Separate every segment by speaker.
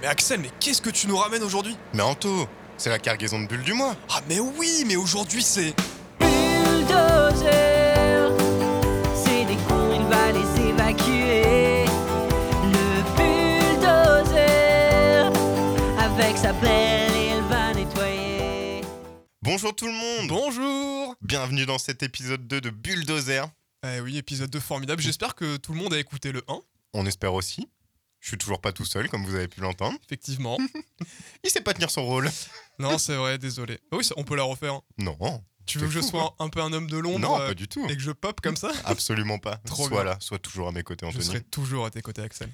Speaker 1: Mais Axel, mais qu'est-ce que tu nous ramènes aujourd'hui
Speaker 2: Mais Anto, c'est la cargaison de bulles du mois.
Speaker 1: Ah mais oui, mais aujourd'hui c'est...
Speaker 3: Bulldozer, c'est des cons, il va les évacuer. Le bulldozer, avec sa pelle, il va nettoyer.
Speaker 2: Bonjour tout le monde
Speaker 1: Bonjour
Speaker 2: Bienvenue dans cet épisode 2 de Bulldozer.
Speaker 1: Eh oui, épisode 2 formidable. J'espère que tout le monde a écouté le 1,
Speaker 2: On espère aussi. Je suis toujours pas tout seul, comme vous avez pu l'entendre.
Speaker 1: effectivement.
Speaker 2: Il sait pas tenir son rôle.
Speaker 1: non, c'est vrai, désolé. Ah Oui, ça, on peut la refaire. hein.
Speaker 2: Non,
Speaker 1: Tu veux
Speaker 2: C'est
Speaker 1: que je
Speaker 2: fou, hein.
Speaker 1: sois un, un peu un homme de l'ombre
Speaker 2: non,
Speaker 1: euh,
Speaker 2: pas du tout.
Speaker 1: et que je pop comme ça
Speaker 2: Absolument pas.
Speaker 1: Trop
Speaker 2: Sois
Speaker 1: bien.
Speaker 2: là, sois toujours à mes côtés,
Speaker 1: Je
Speaker 2: Anthony.
Speaker 1: serai toujours à tes côtés, Axel.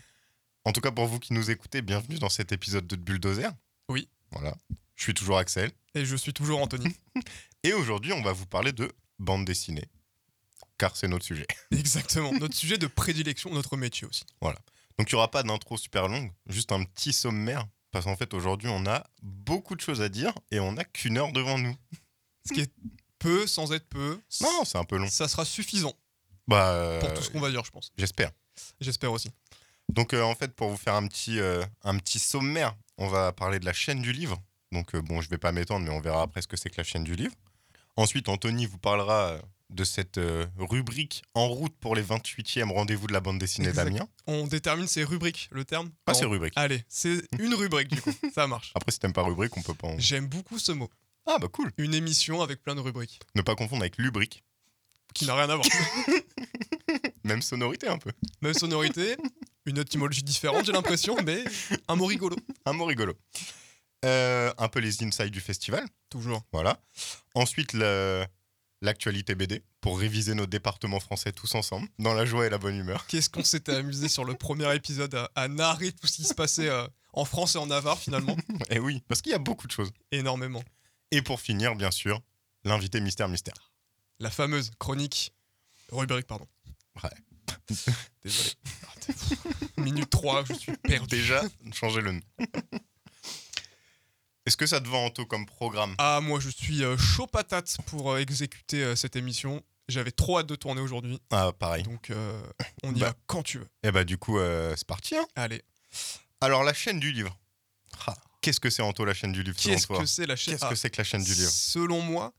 Speaker 2: En tout cas, pour vous qui nous écoutez, bienvenue dans cet épisode 2 de Bulldozer.
Speaker 1: Oui.
Speaker 2: Voilà. Je suis toujours Axel.
Speaker 1: Et je suis toujours Anthony.
Speaker 2: Et aujourd'hui, on va vous parler de bande dessinée. Car c'est notre sujet.
Speaker 1: Exactement. Notre sujet de prédilection, notre métier aussi.
Speaker 2: Donc il n'y aura pas d'intro super longue, juste un petit sommaire. Parce qu'en fait, aujourd'hui, on a beaucoup de choses à dire et on n'a qu'une heure devant nous.
Speaker 1: Ce qui est peu sans être peu.
Speaker 2: Non, c'est un peu long.
Speaker 1: Ça sera suffisant
Speaker 2: Bah, euh,
Speaker 1: pour tout ce qu'on va dire, je pense.
Speaker 2: j'espère.
Speaker 1: J'espère aussi.
Speaker 2: Donc euh, en fait, pour vous faire un petit, euh, un petit sommaire, on va parler de la chaîne du livre. Donc euh, bon, je vais pas m'étendre, mais on verra après ce que c'est que la chaîne du livre. Ensuite, Anthony vous parlera euh, de cette euh, rubrique En route pour les 28e rendez-vous de la bande dessinée
Speaker 1: Exact.
Speaker 2: d'Amiens.
Speaker 1: On détermine ces rubriques, le terme
Speaker 2: Pas
Speaker 1: Non.
Speaker 2: ces rubriques.
Speaker 1: Allez, c'est une rubrique du coup. Ça marche.
Speaker 2: Après, si t'aimes pas rubrique, on peut pas en...
Speaker 1: J'aime beaucoup ce mot.
Speaker 2: Ah bah cool.
Speaker 1: Une émission avec plein de rubriques.
Speaker 2: Ne pas confondre avec lubrique.
Speaker 1: Qui n'a rien à voir.
Speaker 2: Même sonorité un peu.
Speaker 1: Même sonorité, une étymologie différente, j'ai l'impression, mais un mot rigolo.
Speaker 2: Un mot rigolo. Euh, un peu les insights du festival,
Speaker 1: Toujours.
Speaker 2: voilà. Ensuite, le- l'actualité BD, pour réviser nos départements français tous ensemble, dans la joie et la bonne humeur.
Speaker 1: Qu'est-ce qu'on s'était amusé sur le premier épisode à, à narrer tout ce qui se passait euh, en France et en Navarre finalement.
Speaker 2: Et oui, parce qu'il y a beaucoup de choses.
Speaker 1: Énormément.
Speaker 2: Et pour finir, bien sûr, l'invité mystère mystère.
Speaker 1: La fameuse chronique. Rubrique, pardon.
Speaker 2: Ouais.
Speaker 1: Désolé. Ah, t'es- Minute 3, je suis perdu.
Speaker 2: Déjà, changer le nom. Est-ce que ça te va, Anto, comme programme
Speaker 1: Ah, moi, je suis euh, chaud patate pour euh, exécuter euh, cette émission. J'avais trop hâte de tourner aujourd'hui.
Speaker 2: Ah, pareil.
Speaker 1: Donc, euh, on y
Speaker 2: Bah.
Speaker 1: va quand tu veux.
Speaker 2: Eh bah, du coup, euh, c'est parti. hein.
Speaker 1: Allez,
Speaker 2: Alors, la chaîne du livre. Ah, Qu'est-ce que c'est, Anto, la chaîne du livre, selon
Speaker 1: qu'est-ce
Speaker 2: toi
Speaker 1: que c'est la chaîne Ah,
Speaker 2: Qu'est-ce que c'est que la chaîne du livre
Speaker 1: Selon moi,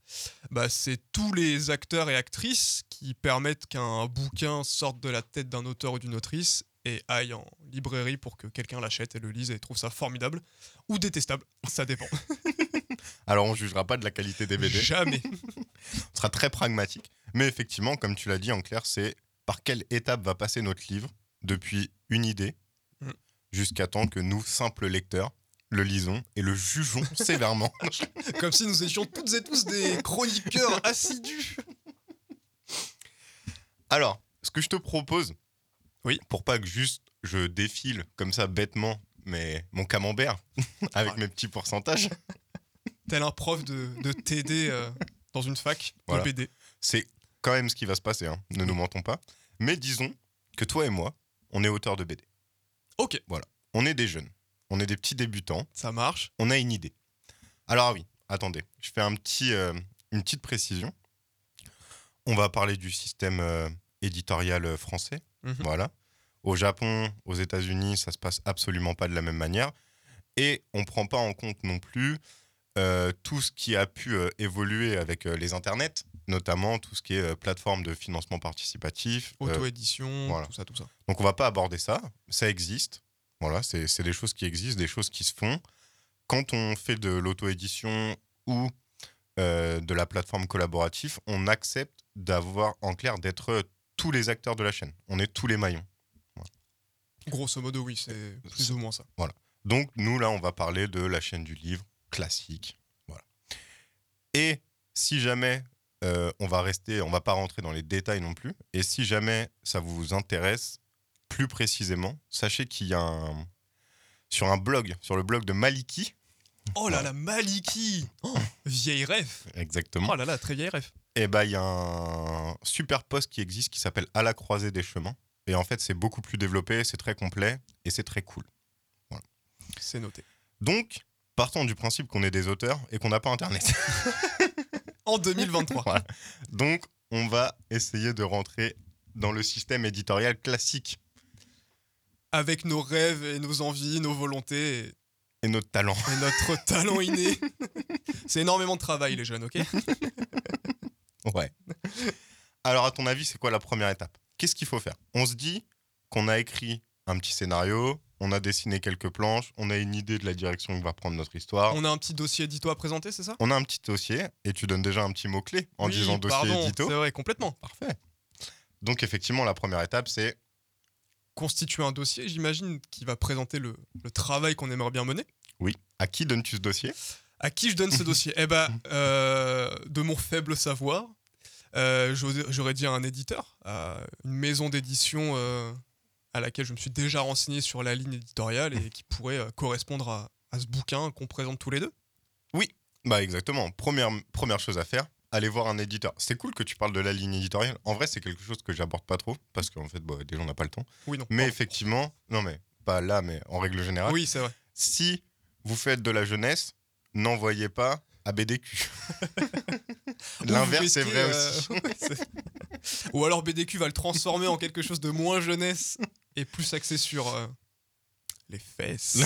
Speaker 1: bah, c'est tous les acteurs et actrices qui permettent qu'un bouquin sorte de la tête d'un auteur ou d'une autrice et aille en librairie pour que quelqu'un l'achète et le lise et trouve ça formidable ou détestable, ça dépend.
Speaker 2: Alors, on jugera pas de la qualité des BD.
Speaker 1: Jamais.
Speaker 2: On sera très pragmatique. Mais effectivement, comme tu l'as dit en clair, c'est par quelle étape va passer notre livre depuis une idée
Speaker 1: Mm.
Speaker 2: jusqu'à temps que nous, simples lecteurs, le lisons et le jugeons sévèrement.
Speaker 1: Comme si nous étions toutes et tous des chroniqueurs assidus.
Speaker 2: Alors, ce que je te propose,
Speaker 1: Oui.
Speaker 2: pour pas que juste je défile comme ça bêtement mais mon camembert avec
Speaker 1: Ouais.
Speaker 2: mes petits pourcentages,
Speaker 1: Tel un prof de, de TD euh, dans une fac
Speaker 2: Voilà.
Speaker 1: de BD.
Speaker 2: c'est quand même ce qui va se passer, hein, ne
Speaker 1: Mm.
Speaker 2: nous mentons pas. Mais disons que toi et moi, on est auteurs de BD.
Speaker 1: Ok,
Speaker 2: On est des jeunes, on est des petits débutants,
Speaker 1: ça marche.
Speaker 2: on a une idée. Alors ah oui, attendez, je fais un petit, euh, une petite précision. On va parler du système euh, éditorial euh, français.
Speaker 1: Mhm.
Speaker 2: Voilà. Au Japon, aux États-Unis, ça se passe absolument pas de la même manière. Et on ne prend pas en compte non plus euh, tout ce qui a pu euh, évoluer avec euh, les internets, notamment tout ce qui est euh, plateforme de financement participatif. euh,
Speaker 1: Auto-édition,
Speaker 2: voilà.
Speaker 1: tout ça, tout ça.
Speaker 2: donc on va pas aborder ça, ça existe. Voilà, c'est c'est des choses qui existent, des choses qui se font. Quand on fait de l'auto-édition ou euh, de la plateforme collaborative, on accepte d'avoir en clair d'être euh, tous les acteurs de la chaîne. On est tous les maillons.
Speaker 1: Grosso modo, oui, c'est plus ou moins ça.
Speaker 2: Donc nous là, on va parler de la chaîne du livre classique. Voilà. Et si jamais euh, on va rester, on va pas rentrer dans les détails non plus. Et si jamais ça vous intéresse plus précisément, sachez qu'il y a un sur un blog, sur le blog de Maliki,
Speaker 1: Oh là là, Maliki Oh, Vieille ref
Speaker 2: exactement.
Speaker 1: Oh là là, très vieille ref
Speaker 2: Et bah il y a un super poste qui existe qui s'appelle À la croisée des chemins. Et en fait, c'est beaucoup plus développé, c'est très complet et c'est très cool.
Speaker 1: C'est noté.
Speaker 2: Donc, partant du principe qu'on est des auteurs et qu'on n'a pas Internet.
Speaker 1: En 2023.
Speaker 2: Voilà. Donc, on va essayer de rentrer dans le système éditorial classique.
Speaker 1: Avec nos rêves et nos envies, nos volontés et
Speaker 2: et notre talent.
Speaker 1: Et notre talent inné. C'est énormément de travail, les jeunes, ok
Speaker 2: Ouais. Alors, à ton avis, c'est quoi la première étape Qu'est-ce qu'il faut faire On se dit qu'on a écrit un petit scénario, on a dessiné quelques planches, on a une idée de la direction que va prendre notre histoire. On,
Speaker 1: On a un petit dossier édito à présenter, c'est ça
Speaker 2: a un petit dossier et tu donnes déjà un petit mot-clé en
Speaker 1: Oui,
Speaker 2: disant dossier
Speaker 1: pardon,
Speaker 2: édito.
Speaker 1: C'est vrai, complètement.
Speaker 2: Parfait. Donc, effectivement, la première étape, c'est
Speaker 1: Constituer un dossier, j'imagine, qui va présenter le, le travail qu'on aimerait bien mener.
Speaker 2: oui, à qui donnes-tu ce dossier
Speaker 1: À qui je donne ce dossier Eh ben, euh, de mon faible savoir, euh, j'aurais j'aurais dit à un éditeur, à une maison d'édition euh, à laquelle je me suis déjà renseigné sur la ligne éditoriale et qui pourrait euh, correspondre à, à ce bouquin qu'on présente tous les deux.
Speaker 2: Bah exactement. Première, première chose à faire, aller voir un éditeur. C'est cool que tu parles de la ligne éditoriale. En vrai, c'est quelque chose que j'aborde pas trop parce qu'en fait, bah, déjà, on n'a pas le temps.
Speaker 1: Oui, non.
Speaker 2: Mais
Speaker 1: pardon.
Speaker 2: effectivement, non mais pas là, mais en règle générale,
Speaker 1: Oui, c'est vrai.
Speaker 2: si vous faites de la jeunesse, n'envoyez pas à BDQ.
Speaker 1: Ou vous
Speaker 2: L'inverse est vrai
Speaker 1: risquez, euh,
Speaker 2: aussi.
Speaker 1: ouais, c'est- Ou alors BDQ va le transformer en quelque chose de moins jeunesse et plus axé sur euh, les fesses.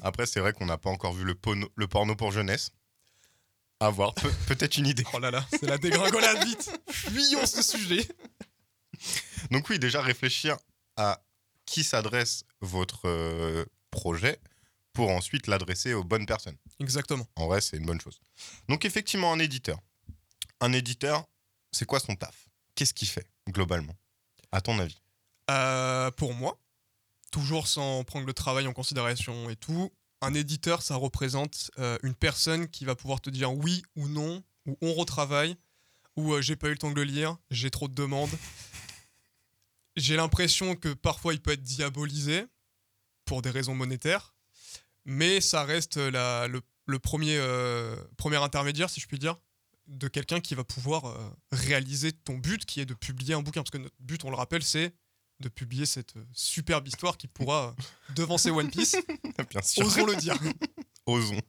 Speaker 2: Après, c'est vrai qu'on n'a pas encore vu le, porno- le porno pour jeunesse. À voir, Pe- peut-être une idée.
Speaker 1: Oh là là, c'est la dégringolade vite. Fuyons ce sujet.
Speaker 2: Donc oui, déjà réfléchir à qui s'adresse votre euh, projet pour ensuite l'adresser aux bonnes personnes.
Speaker 1: Exactement.
Speaker 2: En vrai, c'est une bonne chose. Donc effectivement, un éditeur. Un éditeur, c'est quoi son taf Qu'est-ce qu'il fait globalement À ton avis
Speaker 1: Euh, pour moi, toujours sans prendre le travail en considération et tout, un éditeur, ça représente euh, une personne qui va pouvoir te dire oui ou non, ou on retravaille, ou euh, j'ai pas eu le temps de le lire, j'ai trop de demandes. J'ai l'impression que parfois il peut être diabolisé pour des raisons monétaires, mais ça reste euh, la- le, le premier, euh, premier intermédiaire, si je puis dire, de quelqu'un qui va pouvoir euh, réaliser ton but, qui est de publier un bouquin. Parce que notre but, on le rappelle, c'est de publier cette euh, superbe histoire qui pourra euh, devancer One Piece.
Speaker 2: Bien sûr.
Speaker 1: Osons le dire.
Speaker 2: Osons.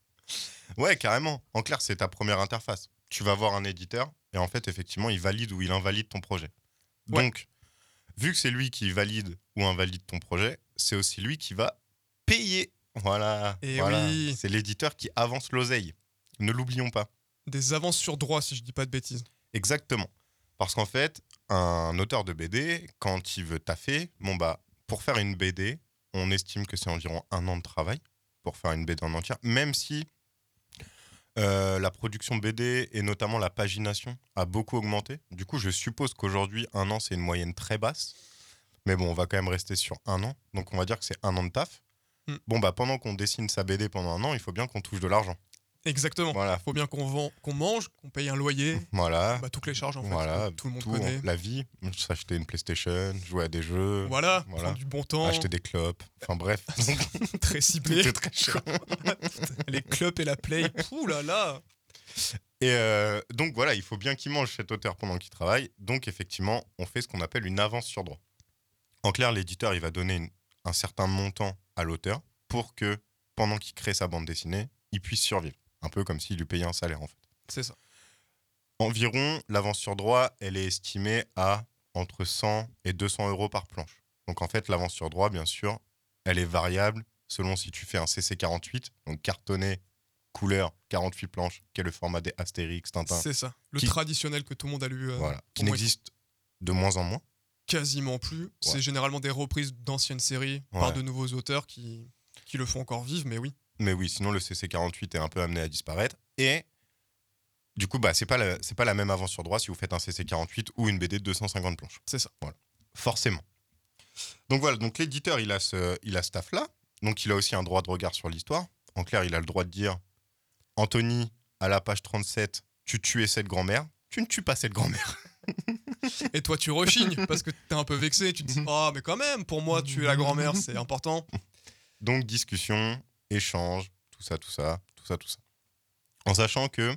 Speaker 2: ouais, carrément. En clair, c'est ta première interface. Tu vas voir un éditeur et en fait, effectivement, il valide ou il invalide ton projet.
Speaker 1: Ouais.
Speaker 2: Donc, vu que c'est lui qui valide ou invalide ton projet, c'est aussi lui qui va payer. Voilà.
Speaker 1: Eh
Speaker 2: voilà.
Speaker 1: oui.
Speaker 2: C'est l'éditeur qui avance l'oseille. Ne l'oublions pas.
Speaker 1: Des avances sur droit, si je dis pas de bêtises.
Speaker 2: Exactement. Parce qu'en fait, un auteur de BD, quand il veut taffer, bon bah, pour faire une BD, on estime que c'est environ un an de travail pour faire une BD en entière, même si euh, la production BD et notamment la pagination a beaucoup augmenté. Du coup, je suppose qu'aujourd'hui, un an, c'est une moyenne très basse. Mais bon, on va quand même rester sur un an. Donc, on va dire que c'est un an de taf.
Speaker 1: Mm.
Speaker 2: Bon, bah, pendant qu'on dessine sa BD pendant un an, il faut bien qu'on touche de l'argent.
Speaker 1: Exactement.
Speaker 2: Voilà.
Speaker 1: Faut bien qu'on vend, qu'on mange, qu'on paye un loyer,
Speaker 2: Voilà.
Speaker 1: bah, toutes les charges en fait.
Speaker 2: Voilà,
Speaker 1: que tout le monde
Speaker 2: tout,
Speaker 1: connaît.
Speaker 2: la vie, s'acheter une PlayStation, jouer à des jeux,
Speaker 1: Voilà,
Speaker 2: voilà.
Speaker 1: prendre du bon temps,
Speaker 2: acheter des clopes, enfin bref,
Speaker 1: très
Speaker 2: tout
Speaker 1: ciblé.
Speaker 2: est très cher.
Speaker 1: les clubs et la play. Ouh là là.
Speaker 2: Et euh, donc voilà, il faut bien qu'il mange cet auteur pendant qu'il travaille. Donc effectivement, on fait ce qu'on appelle une avance sur droit. En clair, l'éditeur, il va donner une- un certain montant à l'auteur pour que, pendant qu'il crée sa bande dessinée, il puisse survivre. Un peu comme s'il lui payait un salaire en fait.
Speaker 1: C'est ça.
Speaker 2: Environ, l'avance sur droit, elle est estimée à entre 100 et 200 euros par planche. Donc en fait, l'avance sur droit, bien sûr, elle est variable selon si tu fais un CC48, donc cartonné, couleur, 48 planches, qui est le format des Astérix, Tintin,
Speaker 1: C'est ça. Le
Speaker 2: Qui-
Speaker 1: traditionnel que tout le monde a lu euh,
Speaker 2: voilà, qui
Speaker 1: moi-
Speaker 2: n'existe de moins en moins.
Speaker 1: quasiment plus. C'est généralement des reprises d'anciennes séries par
Speaker 2: Ouais.
Speaker 1: de nouveaux auteurs qui, qui le font encore vivre, mais oui.
Speaker 2: Mais oui, sinon le CC48 est un peu amené à disparaître. Et du coup, bah, c'est pas, la- c'est pas la même avance sur droit si vous faites un CC48 ou une BD de 250 planches.
Speaker 1: C'est ça.
Speaker 2: Voilà. Forcément. Donc voilà, donc l'éditeur, il a ce, il a ce taf-là. Donc il a aussi un droit de regard sur l'histoire. En clair, il a le droit de dire Anthony, à la page 37, tu tuais cette grand-mère. Tu ne tues pas cette grand-mère.
Speaker 1: Et toi, tu rechignes parce que t'es un peu vexé. Tu te dis, ah, mais quand même, pour moi, tu es la grand-mère, c'est important.
Speaker 2: Donc discussion, échange, tout ça, tout ça, tout ça, tout ça. En sachant que,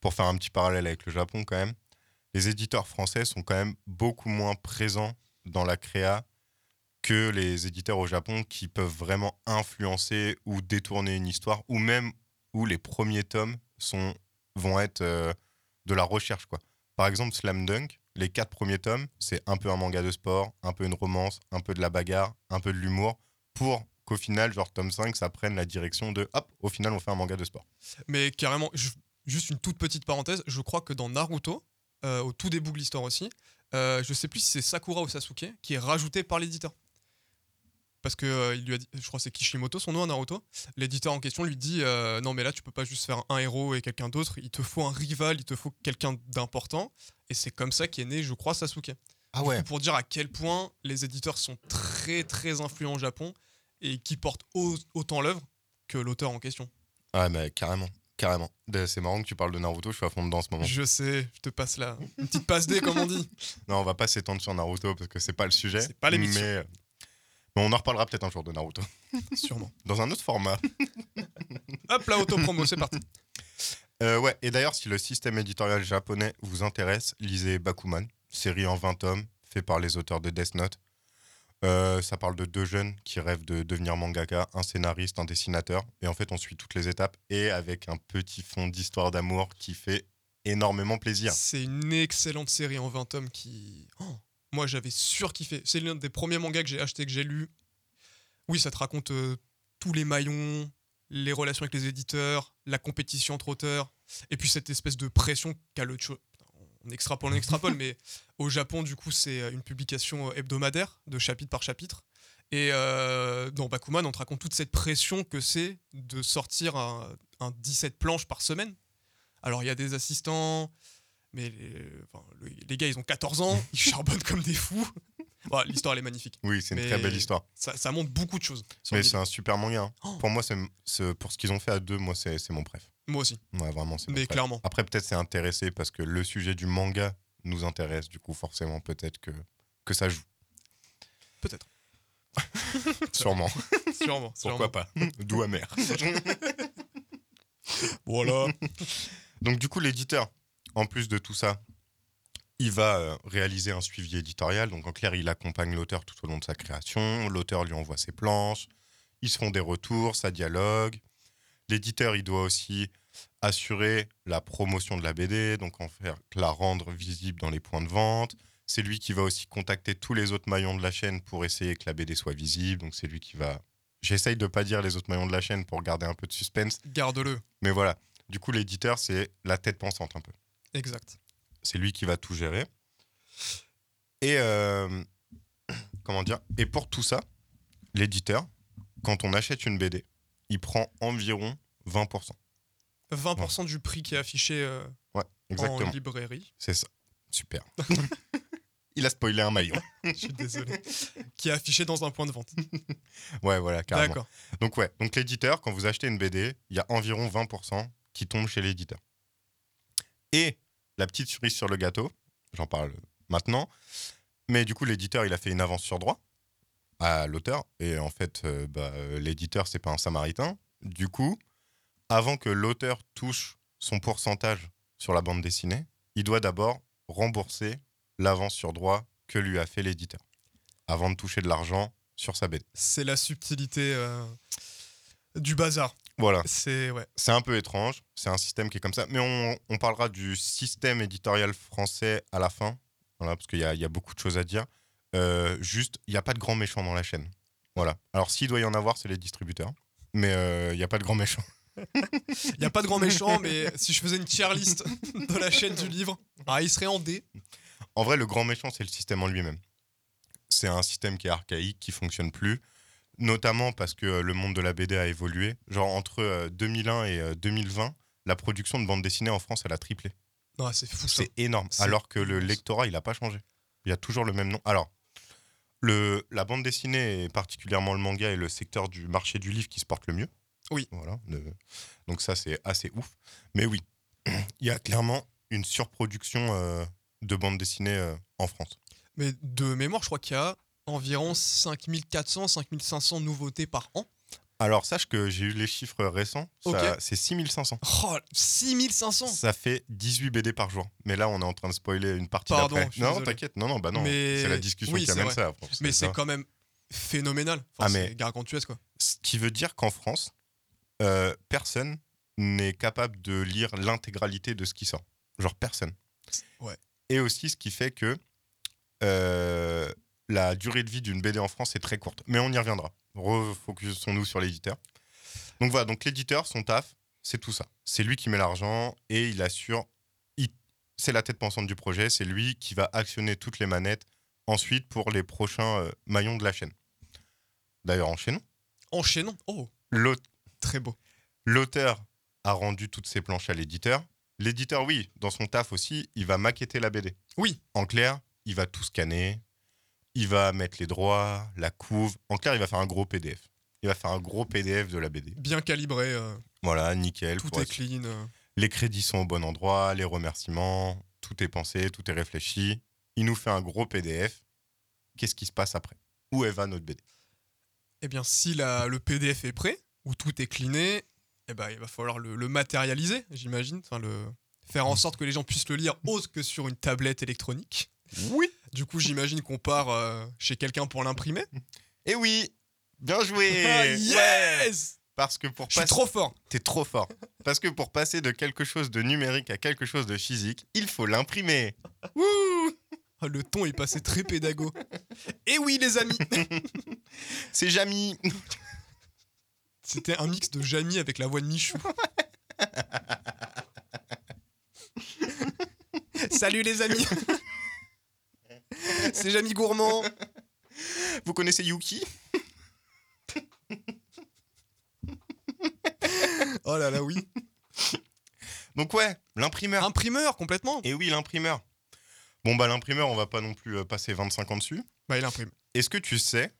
Speaker 2: pour faire un petit parallèle avec le Japon quand même, les éditeurs français sont quand même beaucoup moins présents dans la créa que les éditeurs au Japon qui peuvent vraiment influencer ou détourner une histoire, ou même où les premiers tomes sont, vont être euh, de la recherche. Quoi. Par exemple, Slam Dunk, les quatre premiers tomes, c'est un peu un manga de sport, un peu une romance, un peu de la bagarre, un peu de l'humour, pour qu'au final, genre tome 5, ça prenne la direction de hop, au final, on fait un manga de sport.
Speaker 1: Mais carrément, je- juste une toute petite parenthèse, je crois que dans Naruto, euh, au tout début de l'histoire aussi, euh, je sais plus si c'est Sakura ou Sasuke qui est rajouté par l'éditeur. Parce que euh, il lui a dit, je crois que c'est Kishimoto son nom à Naruto. L'éditeur en question lui dit euh, non mais là tu peux pas juste faire un héros et quelqu'un d'autre, il te faut un rival, il te faut quelqu'un d'important. Et c'est comme ça qu'est né, je crois, Sasuke.
Speaker 2: Ah
Speaker 1: Du coup, pour dire à quel point les éditeurs sont très très influents au Japon et qui portent au- autant l'œuvre que l'auteur en question.
Speaker 2: Ouais, mais carrément. Carrément. Euh, C'est marrant que tu parles de Naruto, je suis à fond dedans en ce moment.
Speaker 1: Je sais, je te passe là. Une petite passe D, comme on dit.
Speaker 2: Non, on va pas s'étendre sur Naruto parce que c'est pas le sujet.
Speaker 1: C'est pas l'émission.
Speaker 2: Mais, euh, mais on en reparlera peut-être un jour de Naruto.
Speaker 1: Sûrement.
Speaker 2: Dans un autre format.
Speaker 1: Hop là, autopromo, c'est parti.
Speaker 2: Euh, ouais, et d'ailleurs, si le système éditorial japonais vous intéresse, lisez Bakuman, série en 20 tomes, fait par les auteurs de Death Note. Euh, ça parle de deux jeunes qui rêvent de devenir mangaka, un scénariste, un dessinateur. Et en fait, on suit toutes les étapes et avec un petit fond d'histoire d'amour qui fait énormément plaisir.
Speaker 1: C'est une excellente série en 20 tomes qui. Oh, moi, j'avais surkiffé. C'est l'un des premiers mangas que j'ai acheté, que j'ai lu. Oui, ça te raconte euh, tous les maillons, les relations avec les éditeurs, la compétition entre auteurs, et puis cette espèce de pression qu'a le cho- On extrapole, on extrapole, mais au Japon, du coup, c'est euh, une publication euh, hebdomadaire, de chapitre par chapitre. Et euh, dans Bakuman, on te raconte toute cette pression que c'est de sortir un, un 17 planches par semaine. Alors, il y a des assistants, mais les, enfin, le- les gars, ils ont 14 ans, ils charbonnent comme des fous. Bon, L'histoire, elle est magnifique.
Speaker 2: Oui, c'est une
Speaker 1: Mais-
Speaker 2: très belle histoire.
Speaker 1: Ça, ça montre beaucoup de choses. sur
Speaker 2: Mais
Speaker 1: l'île.
Speaker 2: c'est un super manga. hein.
Speaker 1: Oh.
Speaker 2: Pour moi, c'est c'est- pour ce qu'ils ont fait à deux, moi, c'est c'est mon préf.
Speaker 1: Moi aussi,
Speaker 2: Ouais, vraiment, c'est mon
Speaker 1: mais
Speaker 2: préf.
Speaker 1: clairement.
Speaker 2: Après, peut-être c'est intéressé parce que le sujet du manga nous intéresse. Du coup, forcément, peut-être que, que ça joue.
Speaker 1: Peut-être.
Speaker 2: Sûrement.
Speaker 1: Sûrement.
Speaker 2: Pourquoi pas D'où amer.
Speaker 1: Voilà.
Speaker 2: Donc, du coup, l'éditeur, en plus de tout ça, il va euh, réaliser un suivi éditorial. Donc, en clair, il accompagne l'auteur tout au long de sa création. L'auteur lui envoie ses planches. Ils se font des retours, ça dialogue. L'éditeur, il doit aussi assurer la promotion de la BD, donc en faire la rendre visible dans les points de vente. C'est lui qui va aussi contacter tous les autres maillons de la chaîne pour essayer que la BD soit visible. Donc c'est lui qui va. J'essaye de pas dire les autres maillons de la chaîne pour garder un peu de suspense,
Speaker 1: Garde-le.
Speaker 2: mais voilà. Du coup, l'éditeur, c'est la tête pensante un peu.
Speaker 1: Exact.
Speaker 2: C'est lui qui va tout gérer. Et euh, comment dire Et pour tout ça, l'éditeur, quand on achète une BD, il prend environ 20%.
Speaker 1: 20% du prix qui est affiché euh,
Speaker 2: Ouais,
Speaker 1: en
Speaker 2: exactement.
Speaker 1: librairie.
Speaker 2: C'est ça. Super. il a spoilé un maillon.
Speaker 1: Je suis désolé. qui est affiché dans un point de vente.
Speaker 2: Ouais, voilà, carrément.
Speaker 1: D'accord.
Speaker 2: Donc ouais, donc l'éditeur, quand vous achetez une BD, il y a environ 20% qui tombe chez l'éditeur. Et la petite cerise sur le gâteau, j'en parle maintenant, mais du coup l'éditeur, il a fait une avance sur droit à l'auteur, et en fait, euh, bah, euh, l'éditeur, c'est pas un samaritain. Du coup, avant que l'auteur touche son pourcentage sur la bande dessinée, il doit d'abord rembourser l'avance sur droit que lui a fait l'éditeur, avant de toucher de l'argent sur sa BD.
Speaker 1: C'est la subtilité euh, du bazar.
Speaker 2: Voilà.
Speaker 1: C'est. Ouais.
Speaker 2: C'est un peu étrange, c'est un système qui est comme ça, mais on, on parlera du système éditorial français à la fin, voilà, parce qu'il y, a- il y a beaucoup de choses à dire. Euh, juste, il n'y a pas de grand méchant dans la chaîne. Voilà. Alors, s'il doit y en avoir, c'est les distributeurs, mais euh, il n'y a pas de grand méchant.
Speaker 1: Il n'y a pas de grand méchant, mais si je faisais une tier list de la chaîne du livre, ah, il serait en D.
Speaker 2: En vrai, le grand méchant, c'est le système en lui-même. C'est un système qui est archaïque, qui fonctionne plus, notamment parce que euh, le monde de la BD a évolué. Genre, entre euh, 2001 et euh, 2020, la production de bande dessinée en France, elle a triplé.
Speaker 1: Non, c'est fou ça.
Speaker 2: C'est énorme.
Speaker 1: C'est
Speaker 2: Alors que le
Speaker 1: immense.
Speaker 2: lectorat, il n'a pas changé. Il y a toujours le même nom. Alors, le, la bande dessinée, et particulièrement le manga, est le secteur du marché du livre qui se porte le mieux.
Speaker 1: Oui.
Speaker 2: Voilà. Ne- donc ça, c'est assez ouf. Mais oui, il y a clairement une surproduction euh, de bande dessinée euh, en France.
Speaker 1: Mais de mémoire, je crois qu'il y a environ 5400, 5500 nouveautés par an.
Speaker 2: Alors, sache que j'ai eu les chiffres récents. Ça-
Speaker 1: Ok.
Speaker 2: C'est 6500.
Speaker 1: Oh, 6500
Speaker 2: Ça fait 18 BD par jour. Mais là, on est en train de spoiler une partie
Speaker 1: Pardon,
Speaker 2: d'après.
Speaker 1: je suis
Speaker 2: Non,
Speaker 1: désolé.
Speaker 2: t'inquiète. Non, non, bah non.
Speaker 1: Mais-
Speaker 2: C'est la discussion
Speaker 1: oui,
Speaker 2: qui
Speaker 1: c'est
Speaker 2: amène
Speaker 1: vrai.
Speaker 2: ça. après.
Speaker 1: Mais c'est
Speaker 2: ça.
Speaker 1: quand même phénoménal. Enfin,
Speaker 2: Ah,
Speaker 1: c'est
Speaker 2: mais-
Speaker 1: gargantuesque, quoi.
Speaker 2: Ce qui veut dire qu'en France, euh, personne n'est capable de lire l'intégralité de ce qui sort. Genre personne.
Speaker 1: Ouais.
Speaker 2: Et aussi ce qui fait que euh, la durée de vie d'une BD en France est très courte. Mais on y reviendra. Refocusons-nous sur l'éditeur. Donc voilà, donc l'éditeur, son taf, c'est tout ça. C'est lui qui met l'argent et il assure. il- C'est la tête pensante du projet. C'est lui qui va actionner toutes les manettes ensuite pour les prochains euh, maillons de la chaîne. D'ailleurs, enchaînons.
Speaker 1: Enchaînons. Oh,
Speaker 2: L'autre
Speaker 1: très beau.
Speaker 2: L'auteur a rendu toutes ses planches à l'éditeur. L'éditeur, oui, dans son taf aussi, il va maqueter la BD.
Speaker 1: Oui.
Speaker 2: En clair, il va tout scanner, il va mettre les droits, la couve. En clair, il va faire un gros PDF. Il va faire un gros PDF de la BD.
Speaker 1: Bien calibré, euh,
Speaker 2: Voilà, nickel.
Speaker 1: tout
Speaker 2: pour
Speaker 1: est
Speaker 2: être-
Speaker 1: clean. euh.
Speaker 2: Les crédits sont au bon endroit, les remerciements, tout est pensé, tout est réfléchi. Il nous fait un gros PDF. Qu'est-ce qui se passe après Où elle va notre BD
Speaker 1: Eh bien, si la- le PDF est prêt, ou tout est cleané, eh ben, il va falloir le, le matérialiser, j'imagine. Enfin, le... Faire en sorte que les gens puissent le lire autre que sur une tablette électronique.
Speaker 2: Oui
Speaker 1: Du coup, j'imagine qu'on part euh, chez quelqu'un pour l'imprimer.
Speaker 2: Eh oui Bien joué
Speaker 1: Ah,
Speaker 2: Ouais
Speaker 1: yes
Speaker 2: Parce que pour
Speaker 1: Je suis
Speaker 2: passer...
Speaker 1: trop fort
Speaker 2: T'es trop fort. Parce que pour passer de quelque chose de numérique à quelque chose de physique, il faut l'imprimer. Wouh
Speaker 1: Ah, Le ton est passé très pédago. Et oui, les amis
Speaker 2: C'est Jamy.
Speaker 1: C'était un mix de Jamie avec la voix de Michou. Salut les amis C'est Jamie Gourmand
Speaker 2: Vous connaissez Yuki
Speaker 1: Oh là là, oui
Speaker 2: Donc ouais,
Speaker 1: Ah.
Speaker 2: l'imprimeur.
Speaker 1: Imprimeur, complètement
Speaker 2: Et oui, l'imprimeur. Bon bah l'imprimeur, on va pas non plus euh, passer 25 ans dessus.
Speaker 1: Bah, il imprime.
Speaker 2: Est-ce que tu sais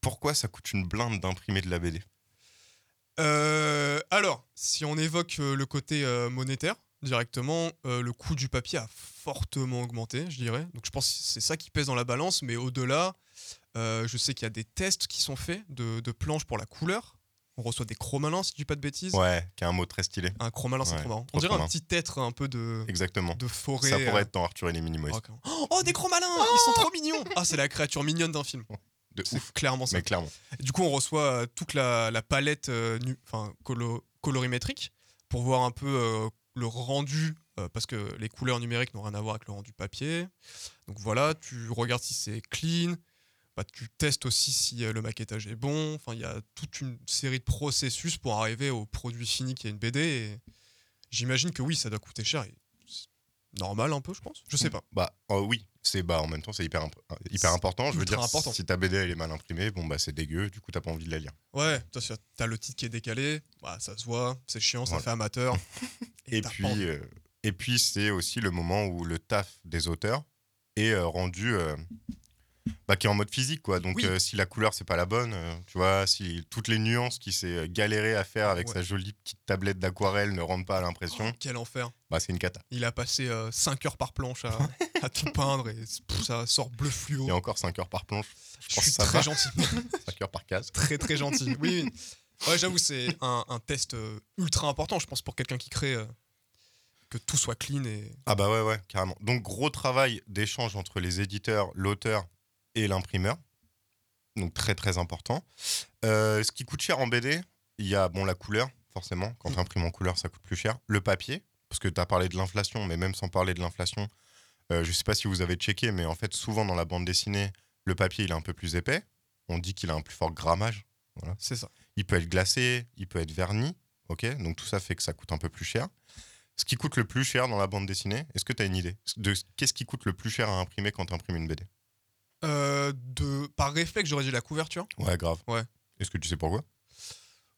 Speaker 2: pourquoi ça coûte une blinde d'imprimer de la BD
Speaker 1: Euh, alors, si on évoque euh, le côté euh, monétaire directement, euh, le coût du papier a fortement augmenté, je dirais. Donc je pense que c'est ça qui pèse dans la balance, mais au-delà, euh, je sais qu'il y a des tests qui sont faits de, de planches pour la couleur. On reçoit des chromalins, si je dis pas de bêtises.
Speaker 2: Ouais, qui a un mot très stylé.
Speaker 1: Un chromalin, c'est
Speaker 2: Ouais,
Speaker 1: trop marrant.
Speaker 2: trop
Speaker 1: On dirait
Speaker 2: trop
Speaker 1: un petit être un peu de,
Speaker 2: Exactement.
Speaker 1: de forêt.
Speaker 2: Ça pourrait
Speaker 1: euh,
Speaker 2: être dans Arthur et les Minimoys.
Speaker 1: oh, quand- oh, des chromalins Ils sont trop mignons Ah, c'est la créature mignonne d'un film.
Speaker 2: De
Speaker 1: C'est
Speaker 2: ouf.
Speaker 1: clairement ça.
Speaker 2: Mais clairement.
Speaker 1: Du coup, on reçoit euh, toute la, la palette euh, nu- enfin, colo- colorimétrique pour voir un peu euh, le rendu, euh, parce que les couleurs numériques n'ont rien à voir avec le rendu papier. Donc voilà, tu regardes si c'est clean, bah, tu testes aussi si euh, le maquettage est bon. Enfin, il y a toute une série de processus pour arriver au produit fini qui est une BD. et J'imagine que oui, ça doit coûter cher. et c'est Normal un peu, je pense. Je sais pas.
Speaker 2: Bah euh, oui, c'est bah en même temps c'est hyper imp- euh, hyper
Speaker 1: C'est
Speaker 2: important. Je veux
Speaker 1: ultra
Speaker 2: dire,
Speaker 1: important.
Speaker 2: si ta BD elle est mal imprimée, bon bah c'est dégueu. Du coup t'as pas envie de la lire.
Speaker 1: Ouais, t'as t'as le titre qui est décalé, bah, ça se voit, c'est chiant, ça
Speaker 2: Voilà.
Speaker 1: fait amateur.
Speaker 2: Et,
Speaker 1: t'as pas
Speaker 2: puis
Speaker 1: envie.
Speaker 2: euh, et puis c'est aussi le moment où le taf des auteurs est euh, rendu euh, bah, qui est en mode physique quoi. Donc
Speaker 1: Oui.
Speaker 2: euh, si la couleur c'est pas la bonne, euh, tu vois, si toutes les nuances qui s'est euh, galéré à faire avec
Speaker 1: Ouais.
Speaker 2: sa jolie petite tablette d'aquarelle ne rendent pas à l'impression,
Speaker 1: Oh, Quel enfer.
Speaker 2: bah c'est une cata.
Speaker 1: Il a passé 5 heures par planche à, à tout peindre et pff, ça sort bleu fluo.
Speaker 2: Il y a encore 5 heures par planche,
Speaker 1: Je
Speaker 2: pense
Speaker 1: suis
Speaker 2: que ça
Speaker 1: très
Speaker 2: va.
Speaker 1: gentil.
Speaker 2: 5 heures par case.
Speaker 1: très très gentil. Oui, oui. Ouais, j'avoue, c'est un, un test euh, ultra important, je pense, pour quelqu'un qui crée euh, que tout soit clean et.
Speaker 2: Ah bah ouais, ouais, carrément. Donc gros travail d'échange entre les éditeurs, l'auteur et l'imprimeur. Donc très très important. Euh, ce qui coûte cher en BD, il y a bon la couleur, forcément. Quand
Speaker 1: Mm.
Speaker 2: tu imprimes en couleur, ça coûte plus cher. Le papier, parce que tu as parlé de l'inflation, mais même sans parler de l'inflation, euh, je sais pas si vous avez checké, mais en fait souvent dans la bande dessinée, le papier il est un peu plus épais. On dit qu'il a un plus fort grammage.
Speaker 1: C'est ça.
Speaker 2: Il peut être glacé, il peut être verni. ok Donc tout ça fait que ça coûte un peu plus cher. Ce qui coûte le plus cher dans la bande dessinée, est-ce que tu as une idée de ce- qu'est-ce qui coûte le plus cher à imprimer quand tu imprimes une BD
Speaker 1: Euh, de... Par réflexe, j'aurais dit la couverture.
Speaker 2: Ouais, grave.
Speaker 1: Ouais.
Speaker 2: Est-ce que tu sais pourquoi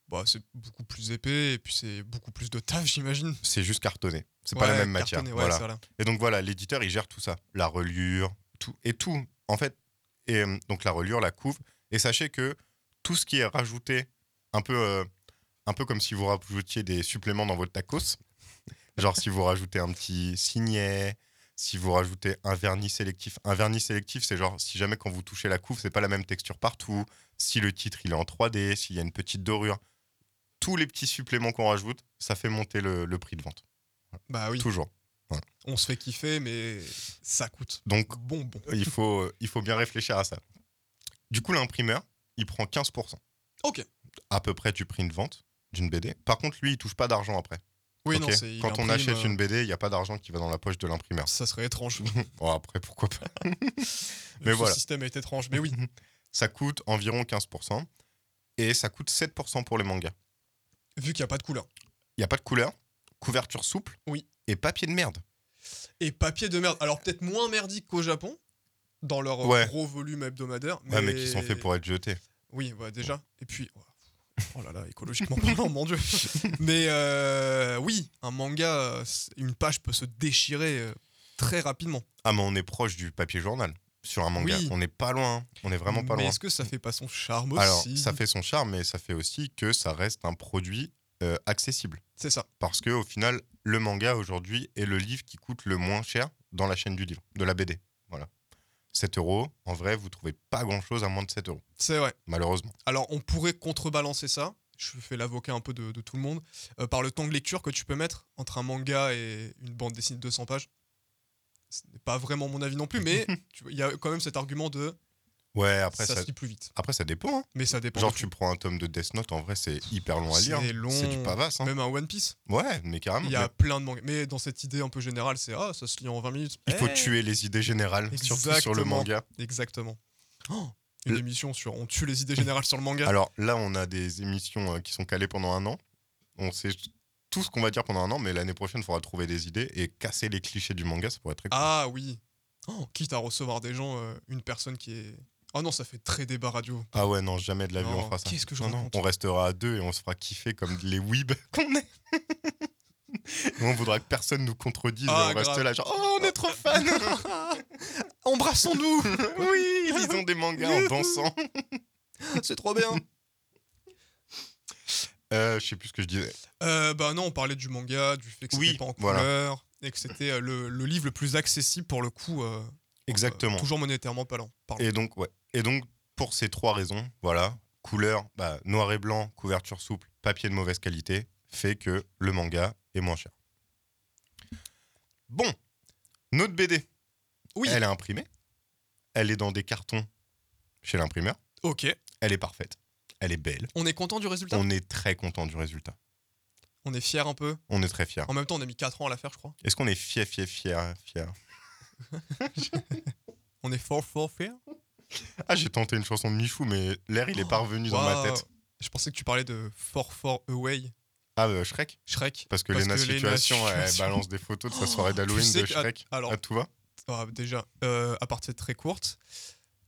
Speaker 1: Bah, c'est beaucoup plus épais et puis c'est beaucoup plus de taf, j'imagine.
Speaker 2: C'est juste cartonné. C'est pas la
Speaker 1: Ouais,
Speaker 2: même matière.
Speaker 1: cartonné, ouais,
Speaker 2: voilà.
Speaker 1: c'est vrai.
Speaker 2: Et donc voilà, l'éditeur, il gère tout ça. La reliure, tout. Et tout, en fait. Et euh, donc la reliure, la couve. Et sachez que tout ce qui est rajouté, un peu, euh, un peu comme si vous rajoutiez des suppléments dans votre tacos, genre si vous rajoutez un petit signet, si vous rajoutez un vernis sélectif. Un vernis sélectif, c'est genre si jamais quand vous touchez la couve, c'est pas la même texture partout, si le titre il est en 3D, s'il y a une petite dorure. Tous les petits suppléments qu'on rajoute, ça fait monter le, le prix de vente.
Speaker 1: Bah oui,
Speaker 2: Toujours.
Speaker 1: on se fait kiffer, mais ça coûte.
Speaker 2: Donc
Speaker 1: Bon, bon.
Speaker 2: il faut, euh, il faut bien réfléchir à ça. Du coup, l'imprimeur, il prend 15%.
Speaker 1: Ok.
Speaker 2: À peu près du prix de vente d'une BD. Par contre, lui, il touche pas d'argent après.
Speaker 1: Oui,
Speaker 2: Ok
Speaker 1: non, c'est. il
Speaker 2: Quand on
Speaker 1: imprime,
Speaker 2: achète
Speaker 1: euh,
Speaker 2: une BD, il n'y a pas d'argent qui va dans la poche de l'imprimeur.
Speaker 1: Ça serait étrange.
Speaker 2: Bon, après, pourquoi pas Mais
Speaker 1: Le
Speaker 2: voilà.
Speaker 1: système est étrange. Mais oui,
Speaker 2: Ça coûte environ 15%. Et ça coûte 7% pour les mangas.
Speaker 1: vu qu'il n'y a pas de couleur.
Speaker 2: Il n'y a pas de couleur, couverture souple
Speaker 1: Oui.
Speaker 2: et papier de merde.
Speaker 1: Et papier de merde. Alors, peut-être moins merdique qu'au Japon, dans leur euh,
Speaker 2: Ouais.
Speaker 1: gros volume hebdomadaire. Mais...
Speaker 2: Ouais, mais qui sont faits pour être jetés.
Speaker 1: Oui, ouais, déjà. Et puis. Oh là là, écologiquement parlant, mon dieu. Mais euh, oui, un manga, euh, c'est- une page peut se déchirer euh, très rapidement.
Speaker 2: Ah, mais on est proche du papier journal sur un manga.
Speaker 1: Oui.
Speaker 2: On n'est pas loin. hein. On est vraiment pas
Speaker 1: mais
Speaker 2: loin.
Speaker 1: est-ce que ça fait pas son charme
Speaker 2: Alors,
Speaker 1: aussi
Speaker 2: ça fait son charme, mais ça fait aussi que ça reste un produit euh, accessible.
Speaker 1: C'est ça.
Speaker 2: Parce que au final, le manga aujourd'hui est le livre qui coûte le moins cher dans la chaîne du livre, de la BD. Voilà. 7 euros, en vrai, vous trouvez pas grand-chose à moins de 7 euros,
Speaker 1: C'est vrai.
Speaker 2: malheureusement.
Speaker 1: Alors, on pourrait contrebalancer ça. Je fais l'avocat un peu de, de tout le monde euh, par le temps de lecture que tu peux mettre entre un manga et une bande dessinée de 200 pages. Ce n'est pas vraiment mon avis non plus, mais tu vois, il y a quand même cet argument de
Speaker 2: Ouais, après,
Speaker 1: ça,
Speaker 2: ça,
Speaker 1: se lit plus vite.
Speaker 2: après, ça dépend. hein.
Speaker 1: Mais ça dépend.
Speaker 2: Genre, tu prends un tome de Death Note, en vrai, c'est hyper long à
Speaker 1: C'est
Speaker 2: lire.
Speaker 1: long.
Speaker 2: C'est du pavas. hein.
Speaker 1: Même un One Piece,
Speaker 2: Ouais, Ah, mais carrément.
Speaker 1: il y a plein de mangas. Mais dans cette idée un peu générale, c'est ah, ça se lit en 20 minutes.
Speaker 2: Il faut
Speaker 1: Eh,
Speaker 2: tuer les idées générales, surtout sur le
Speaker 1: Exactement.
Speaker 2: manga.
Speaker 1: Exactement. Oh, une
Speaker 2: Le-
Speaker 1: émission sur on tue les idées générales sur le manga.
Speaker 2: Alors là, on a des émissions euh, qui sont calées pendant un an. On sait tout ce qu'on va dire pendant un an, mais l'année prochaine, il faudra trouver des idées et casser les clichés du manga. Ça pourrait être très cool.
Speaker 1: Ah oui. Oh, quitte à recevoir des gens, euh, une personne qui est. Oh non, ça fait très débat radio.
Speaker 2: Ah ouais, non, jamais de la vie,
Speaker 1: Non,
Speaker 2: on fera ça.
Speaker 1: qu'est-ce que je
Speaker 2: Non, non,
Speaker 1: raconte
Speaker 2: On restera à deux et on se fera kiffer comme les weebs qu'on est. Et on voudra que personne nous contredise
Speaker 1: Ah,
Speaker 2: et on reste
Speaker 1: grave.
Speaker 2: là genre oh on est trop fans
Speaker 1: Embrassons-nous
Speaker 2: oui lisons des mangas en dansant
Speaker 1: C'est trop bien
Speaker 2: euh, je sais plus ce que je disais
Speaker 1: euh, Bah non, on parlait du manga, du fait que c'était
Speaker 2: Oui,
Speaker 1: pas en
Speaker 2: voilà.
Speaker 1: couleur, et que c'était euh, le, le livre le plus accessible pour le coup. euh,
Speaker 2: exactement
Speaker 1: euh, toujours monétairement parlant. pardon.
Speaker 2: Et donc, ouais. Et donc, pour ces trois raisons, voilà, couleur, bah, noir et blanc, couverture souple, papier de mauvaise qualité, fait que le manga est moins cher. Bon, notre BD,
Speaker 1: Oui,
Speaker 2: elle est imprimée, elle est dans des cartons chez l'imprimeur,
Speaker 1: ok.
Speaker 2: elle est parfaite, elle est belle,
Speaker 1: On est content du résultat on...
Speaker 2: on est très content du résultat,
Speaker 1: est fier un peu.
Speaker 2: on est très fiers.
Speaker 1: En même temps, on a mis 4 ans à la faire, je crois.
Speaker 2: Est-ce qu'on est fier, fier, fier, fier
Speaker 1: On est fort, fort, fier.
Speaker 2: Ah, j'ai tenté une chanson de Michou, mais l'air, il est pas revenu dans ma
Speaker 1: Waouh.
Speaker 2: tête.
Speaker 1: Je pensais que tu parlais de fort, fort away,
Speaker 2: Ah, euh, Shrek
Speaker 1: Shrek.
Speaker 2: Parce que
Speaker 1: Parce
Speaker 2: Lena
Speaker 1: que Lena
Speaker 2: Situation, elle
Speaker 1: Situation.
Speaker 2: balance des photos de sa
Speaker 1: Oh,
Speaker 2: soirée d'Halloween
Speaker 1: tu sais
Speaker 2: de
Speaker 1: que- att-
Speaker 2: Shrek.
Speaker 1: Alors,
Speaker 2: Ah, tout va
Speaker 1: Ah, déjà, euh, à partir de très courte.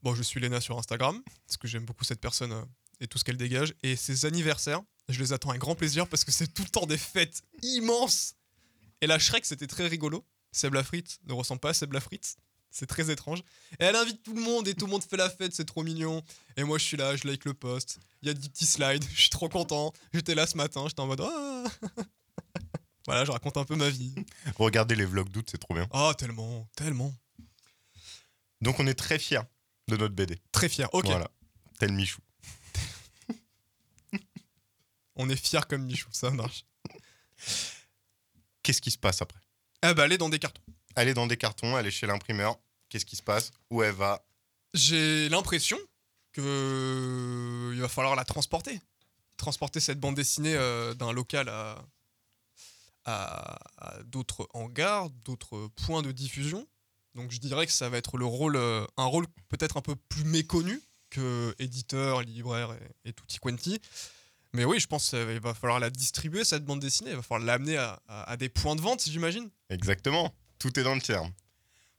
Speaker 1: Bon, je suis Léna sur Instagram, parce que j'aime beaucoup cette personne euh, et tout ce qu'elle dégage. Et ses anniversaires, je les attends avec grand plaisir parce que c'est tout le temps des fêtes immenses. Et la Shrek, c'était très rigolo. Seb Lafrite ne ressemble pas à Seb Lafrite. C'est très étrange. Et elle invite tout le monde et tout le monde fait la fête, c'est trop mignon. Et moi, je suis là, je like le post. Il y a des petits slides, je suis trop content. J'étais là ce matin, j'étais en mode. Ah. voilà, je raconte un peu ma vie.
Speaker 2: Regardez les vlogs d'août, c'est trop bien.
Speaker 1: Ah, tellement, tellement.
Speaker 2: Donc on est très fiers de notre BD.
Speaker 1: Très fier. Ok.
Speaker 2: Voilà. Tel Michou.
Speaker 1: On est fiers comme Michou, ça marche.
Speaker 2: Qu'est-ce qui se passe après
Speaker 1: Ah bah, elle est dans des cartons.
Speaker 2: Elle est dans des cartons, elle est chez l'imprimeur. Qu'est-ce qui se passe Où elle va
Speaker 1: J'ai l'impression que il va falloir la transporter. Transporter cette bande dessinée euh, d'un local à, à- à d'autres hangars, d'autres points de diffusion. Donc je dirais que ça va être le rôle, euh, un rôle peut-être un peu plus méconnu que éditeur, libraire et, et tutti quanti. Mais oui, je pense qu'il va falloir la distribuer, cette bande dessinée. Il va falloir l'amener à- à- à des points de vente, j'imagine.
Speaker 2: Exactement. Tout est dans le terme.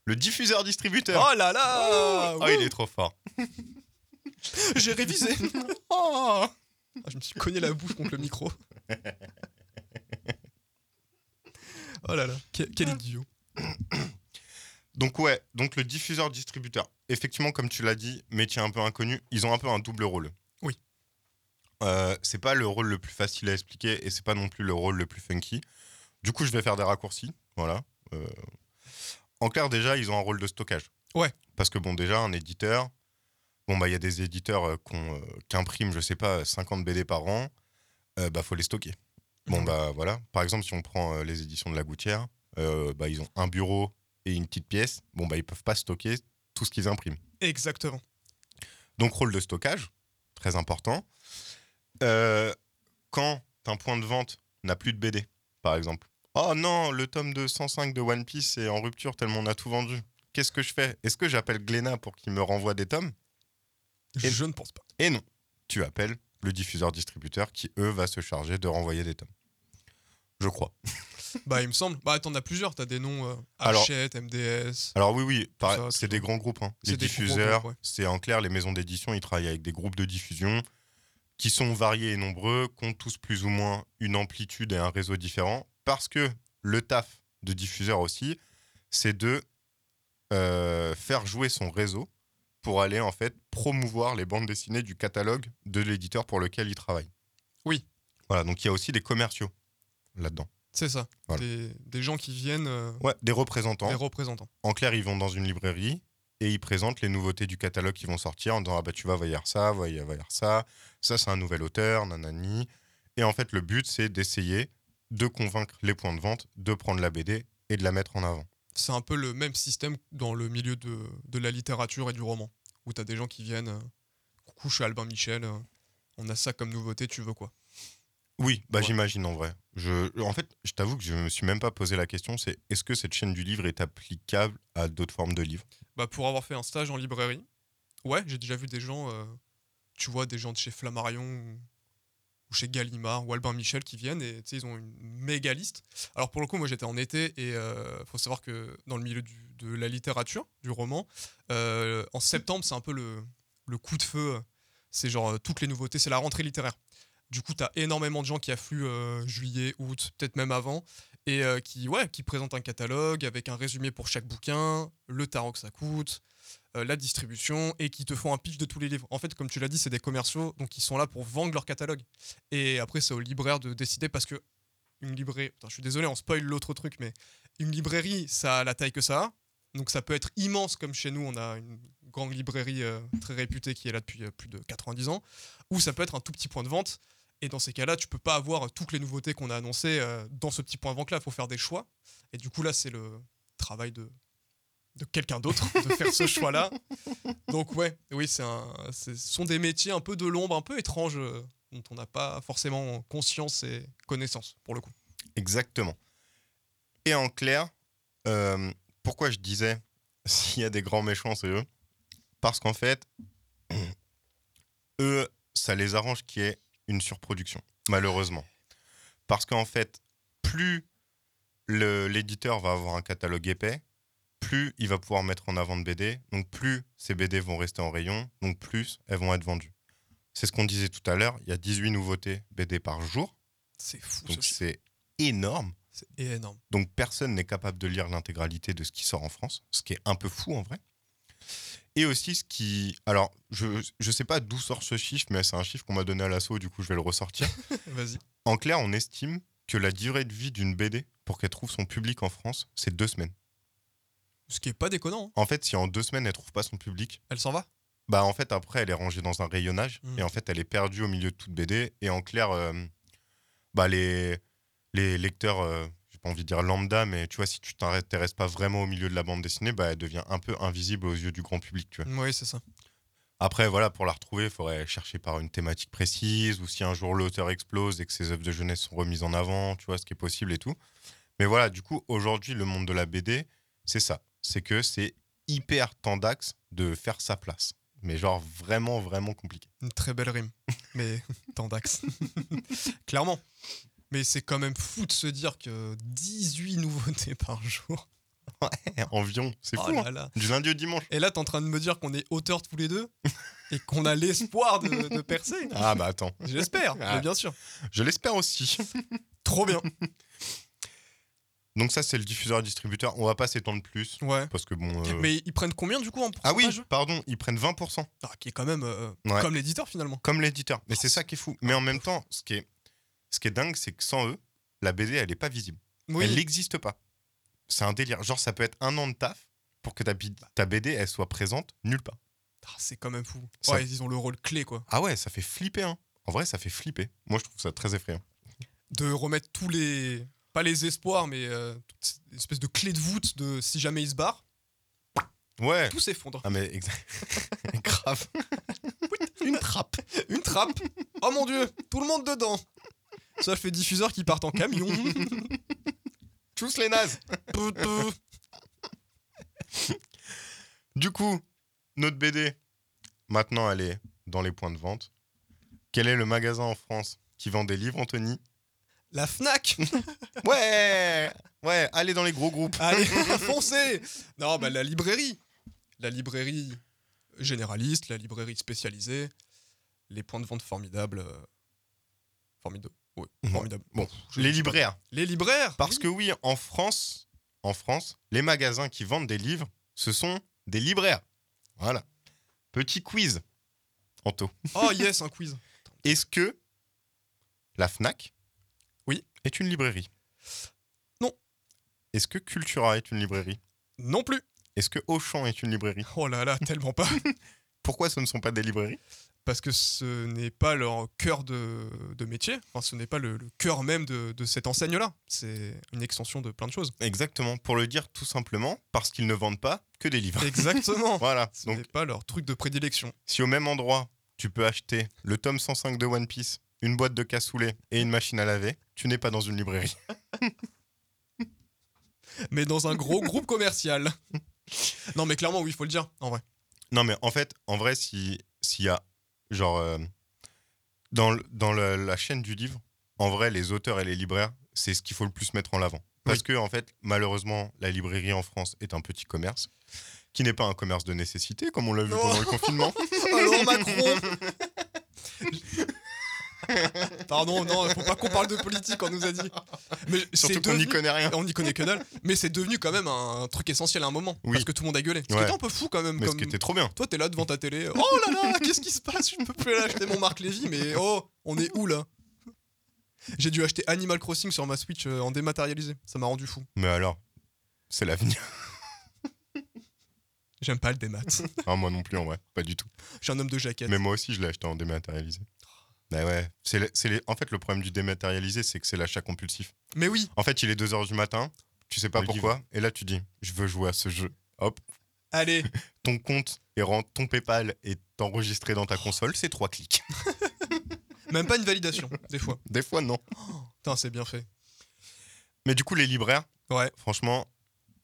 Speaker 2: Le diffuseur-distributeur.
Speaker 1: Oh là là
Speaker 2: Oh, il est trop fort.
Speaker 1: J'ai révisé Ah,
Speaker 2: Oh
Speaker 1: Je me suis cogné la bouche contre le micro. Oh là là, quel, quel idiot.
Speaker 2: Donc ouais, donc le diffuseur-distributeur. Effectivement, comme tu l'as dit, métier un peu inconnu, ils ont un peu un double rôle.
Speaker 1: Oui.
Speaker 2: Euh, c'est pas le rôle le plus facile à expliquer et c'est pas non plus le rôle le plus funky. Du coup, je vais faire des raccourcis. Voilà. Euh, En clair, déjà, ils ont un rôle de stockage.
Speaker 1: Ouais.
Speaker 2: Parce que bon, déjà, un éditeur, bon bah il y a des éditeurs euh, qu'on, euh, qui impriment, je sais pas, 50 BD par an, euh, bah faut les stocker. Bon
Speaker 1: Mhm.
Speaker 2: bah voilà. Par exemple, si on prend euh, les éditions de La Gouttière, euh, bah ils ont un bureau et une petite pièce, bon bah ils peuvent pas stocker tout ce qu'ils impriment.
Speaker 1: Exactement.
Speaker 2: Donc rôle de stockage, très important. Euh, quand un point de vente n'a plus de BD, par exemple. Oh non, le tome 205 de One Piece est en rupture tellement on a tout vendu. Qu'est-ce que je fais Est-ce que j'appelle Glénat pour qu'il me renvoie des tomes Et-
Speaker 1: Je ne pense pas.
Speaker 2: Et non, tu appelles le diffuseur-distributeur qui, eux, va se charger de renvoyer des tomes. Je crois.
Speaker 1: Bah, il me semble. Bah, t'en as plusieurs. T'as des noms euh,
Speaker 2: Alors-
Speaker 1: Hachette, MDS.
Speaker 2: Alors oui, oui, par-
Speaker 1: Ça,
Speaker 2: c'est
Speaker 1: c'est
Speaker 2: des grands groupes. hein.
Speaker 1: C'est
Speaker 2: Les
Speaker 1: des gros
Speaker 2: diffuseurs,
Speaker 1: groupes, ouais.
Speaker 2: c'est en clair, les maisons d'édition, ils travaillent avec des groupes de diffusion qui sont variés et nombreux, qui ont tous plus ou moins une amplitude et un réseau différent, parce que le taf de diffuseur aussi, c'est de euh, faire jouer son réseau pour aller en fait promouvoir les bandes dessinées du catalogue de l'éditeur pour lequel il travaille.
Speaker 1: Oui.
Speaker 2: Voilà, donc il y a aussi des commerciaux là-dedans.
Speaker 1: C'est ça.
Speaker 2: Voilà.
Speaker 1: Des, des gens qui viennent, euh,
Speaker 2: Ouais, des représentants.
Speaker 1: des représentants.
Speaker 2: En clair, ils vont dans une librairie et ils présentent les nouveautés du catalogue qui vont sortir en disant Ah bah tu vas voir ça, va y avoir ça, ça c'est un nouvel auteur, nanani. Et en fait, le but c'est d'essayer de convaincre les points de vente de prendre la BD et de la mettre en avant.
Speaker 1: C'est un peu le même système dans le milieu de, de la littérature et du roman. Où t'as des gens qui viennent. euh, Coucou, je suis Albin Michel. euh, on a ça comme nouveauté, tu veux quoi
Speaker 2: Oui, bah
Speaker 1: Ouais.
Speaker 2: j'imagine en vrai. Je, en fait, je t'avoue que je me suis même pas posé la question c'est est-ce que cette chaîne du livre est applicable à d'autres formes de livres
Speaker 1: Bah, pour avoir fait un stage en librairie, ouais, j'ai déjà vu des gens, euh, tu vois, des gens de chez Flammarion ou, ou chez Gallimard ou Albin Michel qui viennent et tu sais, ils ont une méga liste. Alors, pour le coup, moi j'étais en été et euh, faut savoir que dans le milieu du- de la littérature, du roman, euh, en septembre, c'est un peu le, le coup de feu. C'est genre euh, toutes les nouveautés, c'est la rentrée littéraire. Du coup, t'as énormément de gens qui affluent euh, juillet, août, peut-être même avant, et euh, qui, ouais, qui présentent un catalogue avec un résumé pour chaque bouquin, le tarot que ça coûte, euh, la distribution, et qui te font un pitch de tous les livres. En fait, comme tu l'as dit, c'est des commerciaux, donc ils sont là pour vendre leur catalogue. Et après, c'est au libraire de décider parce que une librairie. Putain, je suis désolé, on spoil l'autre truc, mais une librairie, ça a la taille que ça a. Donc ça peut être immense comme chez nous, on a une grande librairie euh, très réputée qui est là depuis euh, plus de 90 ans, ou ça peut être un tout petit point de vente. Et dans ces cas-là, tu peux pas avoir toutes les nouveautés qu'on a annoncées euh, dans ce petit point de vente-là. Il faut faire des choix. Et du coup, là, c'est le travail de, de quelqu'un d'autre de faire ce choix-là. Donc ouais, oui, c'est un, c'est- ce sont des métiers un peu de l'ombre, un peu étranges, euh, dont on n'a pas forcément conscience et connaissance, pour le coup.
Speaker 2: Exactement. Et en clair, euh, pourquoi je disais s'il y a des grands méchants, c'est eux Parce qu'en fait, eux, ça les arrange qu'il y ait une surproduction, malheureusement. Parce qu'en fait, plus le- l'éditeur va avoir un catalogue épais, plus il va pouvoir mettre en avant de BD, donc plus ces BD vont rester en rayon, donc plus elles vont être vendues. C'est ce qu'on disait tout à l'heure, il y a 18 nouveautés BD par jour,
Speaker 1: C'est fou,
Speaker 2: donc
Speaker 1: ce-
Speaker 2: c'est énorme.
Speaker 1: c'est énorme.
Speaker 2: Donc personne n'est capable de lire l'intégralité de ce qui sort en France, ce qui est un peu fou en vrai. Et aussi ce qui... Alors, je ne sais pas d'où sort ce chiffre, mais c'est un chiffre qu'on m'a donné à l'assaut, du coup je vais le ressortir.
Speaker 1: Vas-y.
Speaker 2: en clair, on estime que la durée de vie d'une BD pour qu'elle trouve son public en France, c'est deux semaines.
Speaker 1: Ce qui est pas déconnant, hein.
Speaker 2: En fait, si en deux semaines, elle trouve pas son public,
Speaker 1: elle s'en va.
Speaker 2: bah en fait, après, elle est rangée dans un rayonnage,
Speaker 1: Mm.
Speaker 2: et en fait, elle est perdue au milieu de toute BD. Et en clair, euh, bah, les, les lecteurs, euh, j'ai pas envie de dire lambda, mais tu vois, si tu t'intéresses pas vraiment au milieu de la bande dessinée, bah, elle devient un peu invisible aux yeux du grand public. Tu vois.
Speaker 1: Oui, c'est ça.
Speaker 2: Après, voilà, pour la retrouver, il faudrait chercher par une thématique précise, ou si un jour l'auteur explose et que ses œuvres de jeunesse sont remises en avant, tu vois, ce qui est possible et tout. Mais voilà, du coup, aujourd'hui, le monde de la BD, c'est ça. C'est que c'est hyper tendax de faire sa place. Mais genre vraiment, vraiment compliqué.
Speaker 1: Une très belle rime. Mais Tandax. Clairement. Mais c'est quand même fou de se dire que 18 nouveautés par jour.
Speaker 2: Environ, c'est
Speaker 1: Oh
Speaker 2: fou. hein.
Speaker 1: là là.
Speaker 2: Du lundi au dimanche.
Speaker 1: Et là, t'es en train de me dire qu'on est auteurs tous les deux et qu'on a l'espoir de, de percer.
Speaker 2: Ah bah attends,
Speaker 1: J'espère,
Speaker 2: Ah.
Speaker 1: mais bien sûr.
Speaker 2: je l'espère aussi.
Speaker 1: Trop bien.
Speaker 2: Donc ça c'est le diffuseur-distributeur. On va pas s'étendre plus
Speaker 1: Ouais.
Speaker 2: parce que bon. euh,
Speaker 1: Mais ils prennent combien du coup en
Speaker 2: Ah oui,
Speaker 1: pourcentage
Speaker 2: pardon, ils prennent 20%
Speaker 1: Ah, Qui est quand même euh,
Speaker 2: Ouais.
Speaker 1: comme l'éditeur finalement.
Speaker 2: comme l'éditeur. Mais c'est ça qui est fou. Mais en même temps, ce qui est, ce qui est dingue, c'est que sans eux, la BD elle est pas visible. Elle
Speaker 1: Oui.
Speaker 2: n'existe pas. C'est un délire. Genre ça peut être un an de taf pour que ta, bi- ta BD elle soit présente nulle part.
Speaker 1: Ah, c'est quand même fou.
Speaker 2: Ça-
Speaker 1: Ouais, ils ont le rôle clé quoi.
Speaker 2: Ah ouais, ça fait flipper. Hein. En vrai, ça fait flipper. Moi je trouve ça très effrayant.
Speaker 1: de remettre tous les pas les espoirs mais euh, toute une espèce de clé de voûte de si jamais il se barre
Speaker 2: Ouais.
Speaker 1: tout s'effondre
Speaker 2: Ah mais exact. Grave.
Speaker 1: une trappe une trappe oh mon dieu tout le monde dedans Ça fait diffuseur qui partent en camion.
Speaker 2: Tous les nazes.
Speaker 1: Pou, pou.
Speaker 2: Du coup, notre BD, maintenant elle est dans les points de vente. Quel est le magasin en France qui vend des livres, Anthony
Speaker 1: La Fnac
Speaker 2: Ouais Ouais, allez dans les gros groupes.
Speaker 1: Allez, foncez Non, bah la librairie. La librairie généraliste, la librairie spécialisée, les points de vente formidables. euh, Formidable. Oui,
Speaker 2: Ouais.
Speaker 1: formidable.
Speaker 2: Bon, les libraires.
Speaker 1: Les libraires
Speaker 2: Parce que oui, en France, en France, les magasins qui vendent des livres, ce sont des libraires. Voilà. Petit quiz, Anto.
Speaker 1: Oh yes, un quiz.
Speaker 2: Est-ce que la FNAC
Speaker 1: Oui.
Speaker 2: est une librairie
Speaker 1: Non.
Speaker 2: Est-ce que Cultura est une librairie
Speaker 1: Non plus
Speaker 2: Est-ce que Auchan est une librairie
Speaker 1: Oh là là, tellement pas
Speaker 2: Pourquoi ce ne sont pas des librairies
Speaker 1: Parce que ce n'est pas leur cœur de, de métier, enfin ce n'est pas le, le cœur même de, de cette enseigne-là. C'est une extension de plein de choses.
Speaker 2: Exactement, pour le dire tout simplement, parce qu'ils ne vendent pas que des livres.
Speaker 1: Exactement
Speaker 2: Voilà,
Speaker 1: Ce
Speaker 2: donc
Speaker 1: n'est pas leur truc de prédilection.
Speaker 2: Si au même endroit, tu peux acheter le tome 105 de One Piece, une boîte de cassoulet et une machine à laver, tu n'es pas dans une librairie.
Speaker 1: mais dans un gros groupe commercial. Non, mais clairement, oui, il faut le dire, en vrai.
Speaker 2: Non, mais en fait, en vrai, si- s'il y a, genre, euh, dans, le- dans le- la chaîne du livre, en vrai, les auteurs et les libraires, c'est ce qu'il faut le plus mettre en l'avant. Parce que, en fait, malheureusement, la librairie en France est un petit commerce qui n'est pas un commerce de nécessité, comme on l'a vu
Speaker 1: Oh.
Speaker 2: pendant le confinement.
Speaker 1: Alors, Macron Pardon, non, faut pas qu'on parle de politique, on nous a dit. Mais c'est
Speaker 2: Surtout qu'on n'y
Speaker 1: devenu-
Speaker 2: connaît rien.
Speaker 1: on n'y connaît que dalle, mais c'est devenu quand même un truc essentiel à un moment.
Speaker 2: Oui.
Speaker 1: Parce que tout le monde a gueulé. Ce qui
Speaker 2: Ouais.
Speaker 1: était un peu fou quand même.
Speaker 2: Mais
Speaker 1: Comme...
Speaker 2: ce qui était trop bien.
Speaker 1: Toi, t'es là devant ta télé. Oh là là, qu'est-ce qui se passe Je peux plus aller acheter mon Marc Lévy, mais oh, on est où là J'ai dû acheter Animal Crossing sur ma Switch euh, en dématérialisé. Ça m'a rendu fou.
Speaker 2: Mais alors, c'est l'avenir.
Speaker 1: J'aime pas le démat.
Speaker 2: Ah, moi non plus, en vrai, pas du tout.
Speaker 1: Je suis un homme de jaquette.
Speaker 2: Mais moi aussi, je l'ai acheté en dématérialisé. Bah ouais. C'est le- c'est les- En fait, le problème du dématérialisé, c'est que c'est l'achat compulsif.
Speaker 1: mais oui,
Speaker 2: En fait, il est 2h du matin, tu sais pas
Speaker 4: Le
Speaker 2: pourquoi, et là, tu dis, je veux jouer à ce jeu. Hop,
Speaker 1: Allez,
Speaker 2: ton compte et ren- ton PayPal est enregistré dans ta console, c'est trois clics.
Speaker 1: même pas une validation, des fois.
Speaker 2: Des fois, non.
Speaker 1: Putain, c'est bien fait.
Speaker 2: Mais du coup, les libraires,
Speaker 1: Ouais.
Speaker 2: franchement,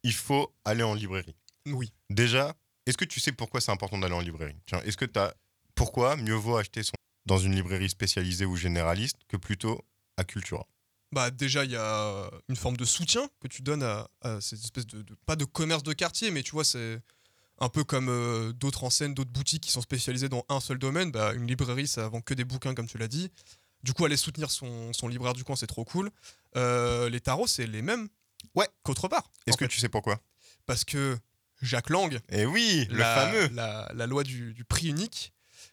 Speaker 2: il faut aller en librairie.
Speaker 1: Oui.
Speaker 2: Déjà, est-ce que tu sais pourquoi c'est important d'aller en librairie Tiens, est-ce que tu as. Pourquoi mieux vaut acheter son. dans une librairie spécialisée ou généraliste que plutôt à Cultura
Speaker 1: Bah, déjà, il y a une forme de soutien que tu donnes à, à ces espèces de, de- Pas de commerce de quartier, mais tu vois, c'est un peu comme euh, d'autres enseignes, d'autres boutiques qui sont spécialisées dans un seul domaine. Bah, une librairie, ça vend que des bouquins, comme tu l'as dit. Du coup, aller soutenir son, son libraire du coin, c'est trop cool. Euh, les tarots, c'est les mêmes
Speaker 2: Ouais.
Speaker 1: qu'autre part.
Speaker 2: Est-ce
Speaker 1: en
Speaker 2: que
Speaker 1: fait.
Speaker 2: tu sais pourquoi
Speaker 1: Parce que Jacques Lang,
Speaker 2: Eh oui, le
Speaker 1: la,
Speaker 2: fameux.
Speaker 1: La, la loi du, du prix unique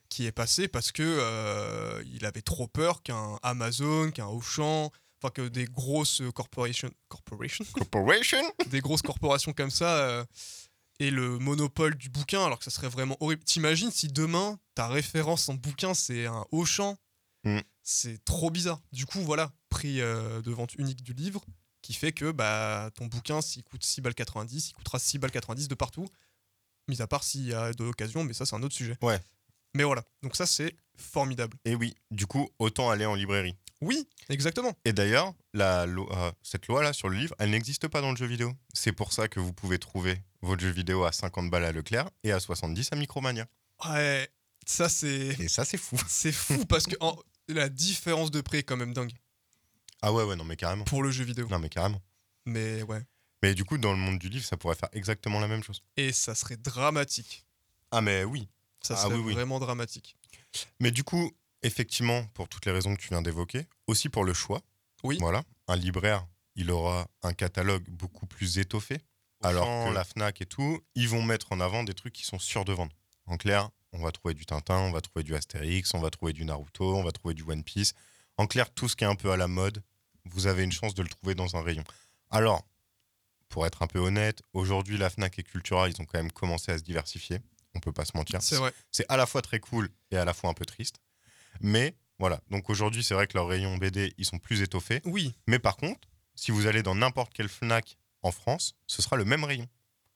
Speaker 1: qui est passée parce que euh, il avait trop peur qu'un Amazon, qu'un Auchan, enfin que des grosses corporations, corporation,
Speaker 2: Corporation
Speaker 1: des grosses corporations comme ça euh, aient le monopole du bouquin, alors que ça serait vraiment horrible. T'imagines si demain ta référence en bouquin c'est un Auchan,
Speaker 2: Mm.
Speaker 1: c'est trop bizarre. Du coup voilà, prix euh, de vente unique du livre qui fait que bah ton bouquin s'il coûte 6 balles 90, il coûtera 6 balles 90 de partout. Mis à part s'il y a de l'occasion, mais ça c'est un autre sujet.
Speaker 2: Ouais.
Speaker 1: Mais voilà, donc ça c'est formidable.
Speaker 2: Et oui, du coup, autant aller en librairie.
Speaker 1: Oui, exactement.
Speaker 2: Et d'ailleurs, la loi- euh, cette loi-là sur le livre, elle n'existe pas dans le jeu vidéo. C'est pour ça que vous pouvez trouver votre jeu vidéo à 50 balles à Leclerc et à 70 à Micromania.
Speaker 1: Ouais, ça c'est
Speaker 2: Et ça, c'est fou.
Speaker 1: c'est fou parce que en- la différence de prix est quand même dingue
Speaker 2: Ah ouais, ouais, non, mais carrément.
Speaker 1: pour le jeu vidéo.
Speaker 2: Non, mais carrément.
Speaker 1: Mais ouais.
Speaker 2: Mais du coup, dans le monde du livre, ça pourrait faire exactement la même chose.
Speaker 1: Et ça serait dramatique.
Speaker 2: Ah, mais oui.
Speaker 1: Ça
Speaker 2: Ah
Speaker 1: serait
Speaker 2: oui, oui.
Speaker 1: vraiment dramatique.
Speaker 2: Mais du coup, effectivement, pour toutes les raisons que tu viens d'évoquer, aussi pour le choix.
Speaker 1: Oui.
Speaker 2: Voilà, un libraire, il aura un catalogue beaucoup plus étoffé. alors que la Fnac et tout, ils vont mettre en avant des trucs qui sont sûrs de vendre. En clair, on va trouver du Tintin, on va trouver du Astérix, on va trouver du Naruto, on va trouver du One Piece. En clair, tout ce qui est un peu à la mode, vous avez une chance de le trouver dans un rayon. Alors, pour être un peu honnête, aujourd'hui, la Fnac et Cultura, ils ont quand même commencé à se diversifier. On peut pas se mentir.
Speaker 1: C'est vrai.
Speaker 2: C'est à la fois très cool et à la fois un peu triste. Mais voilà, donc aujourd'hui, c'est vrai que leurs rayons BD, ils sont plus étoffés.
Speaker 1: Oui,
Speaker 2: Mais par contre, si vous allez dans n'importe quelle Fnac en France, ce sera le même rayon.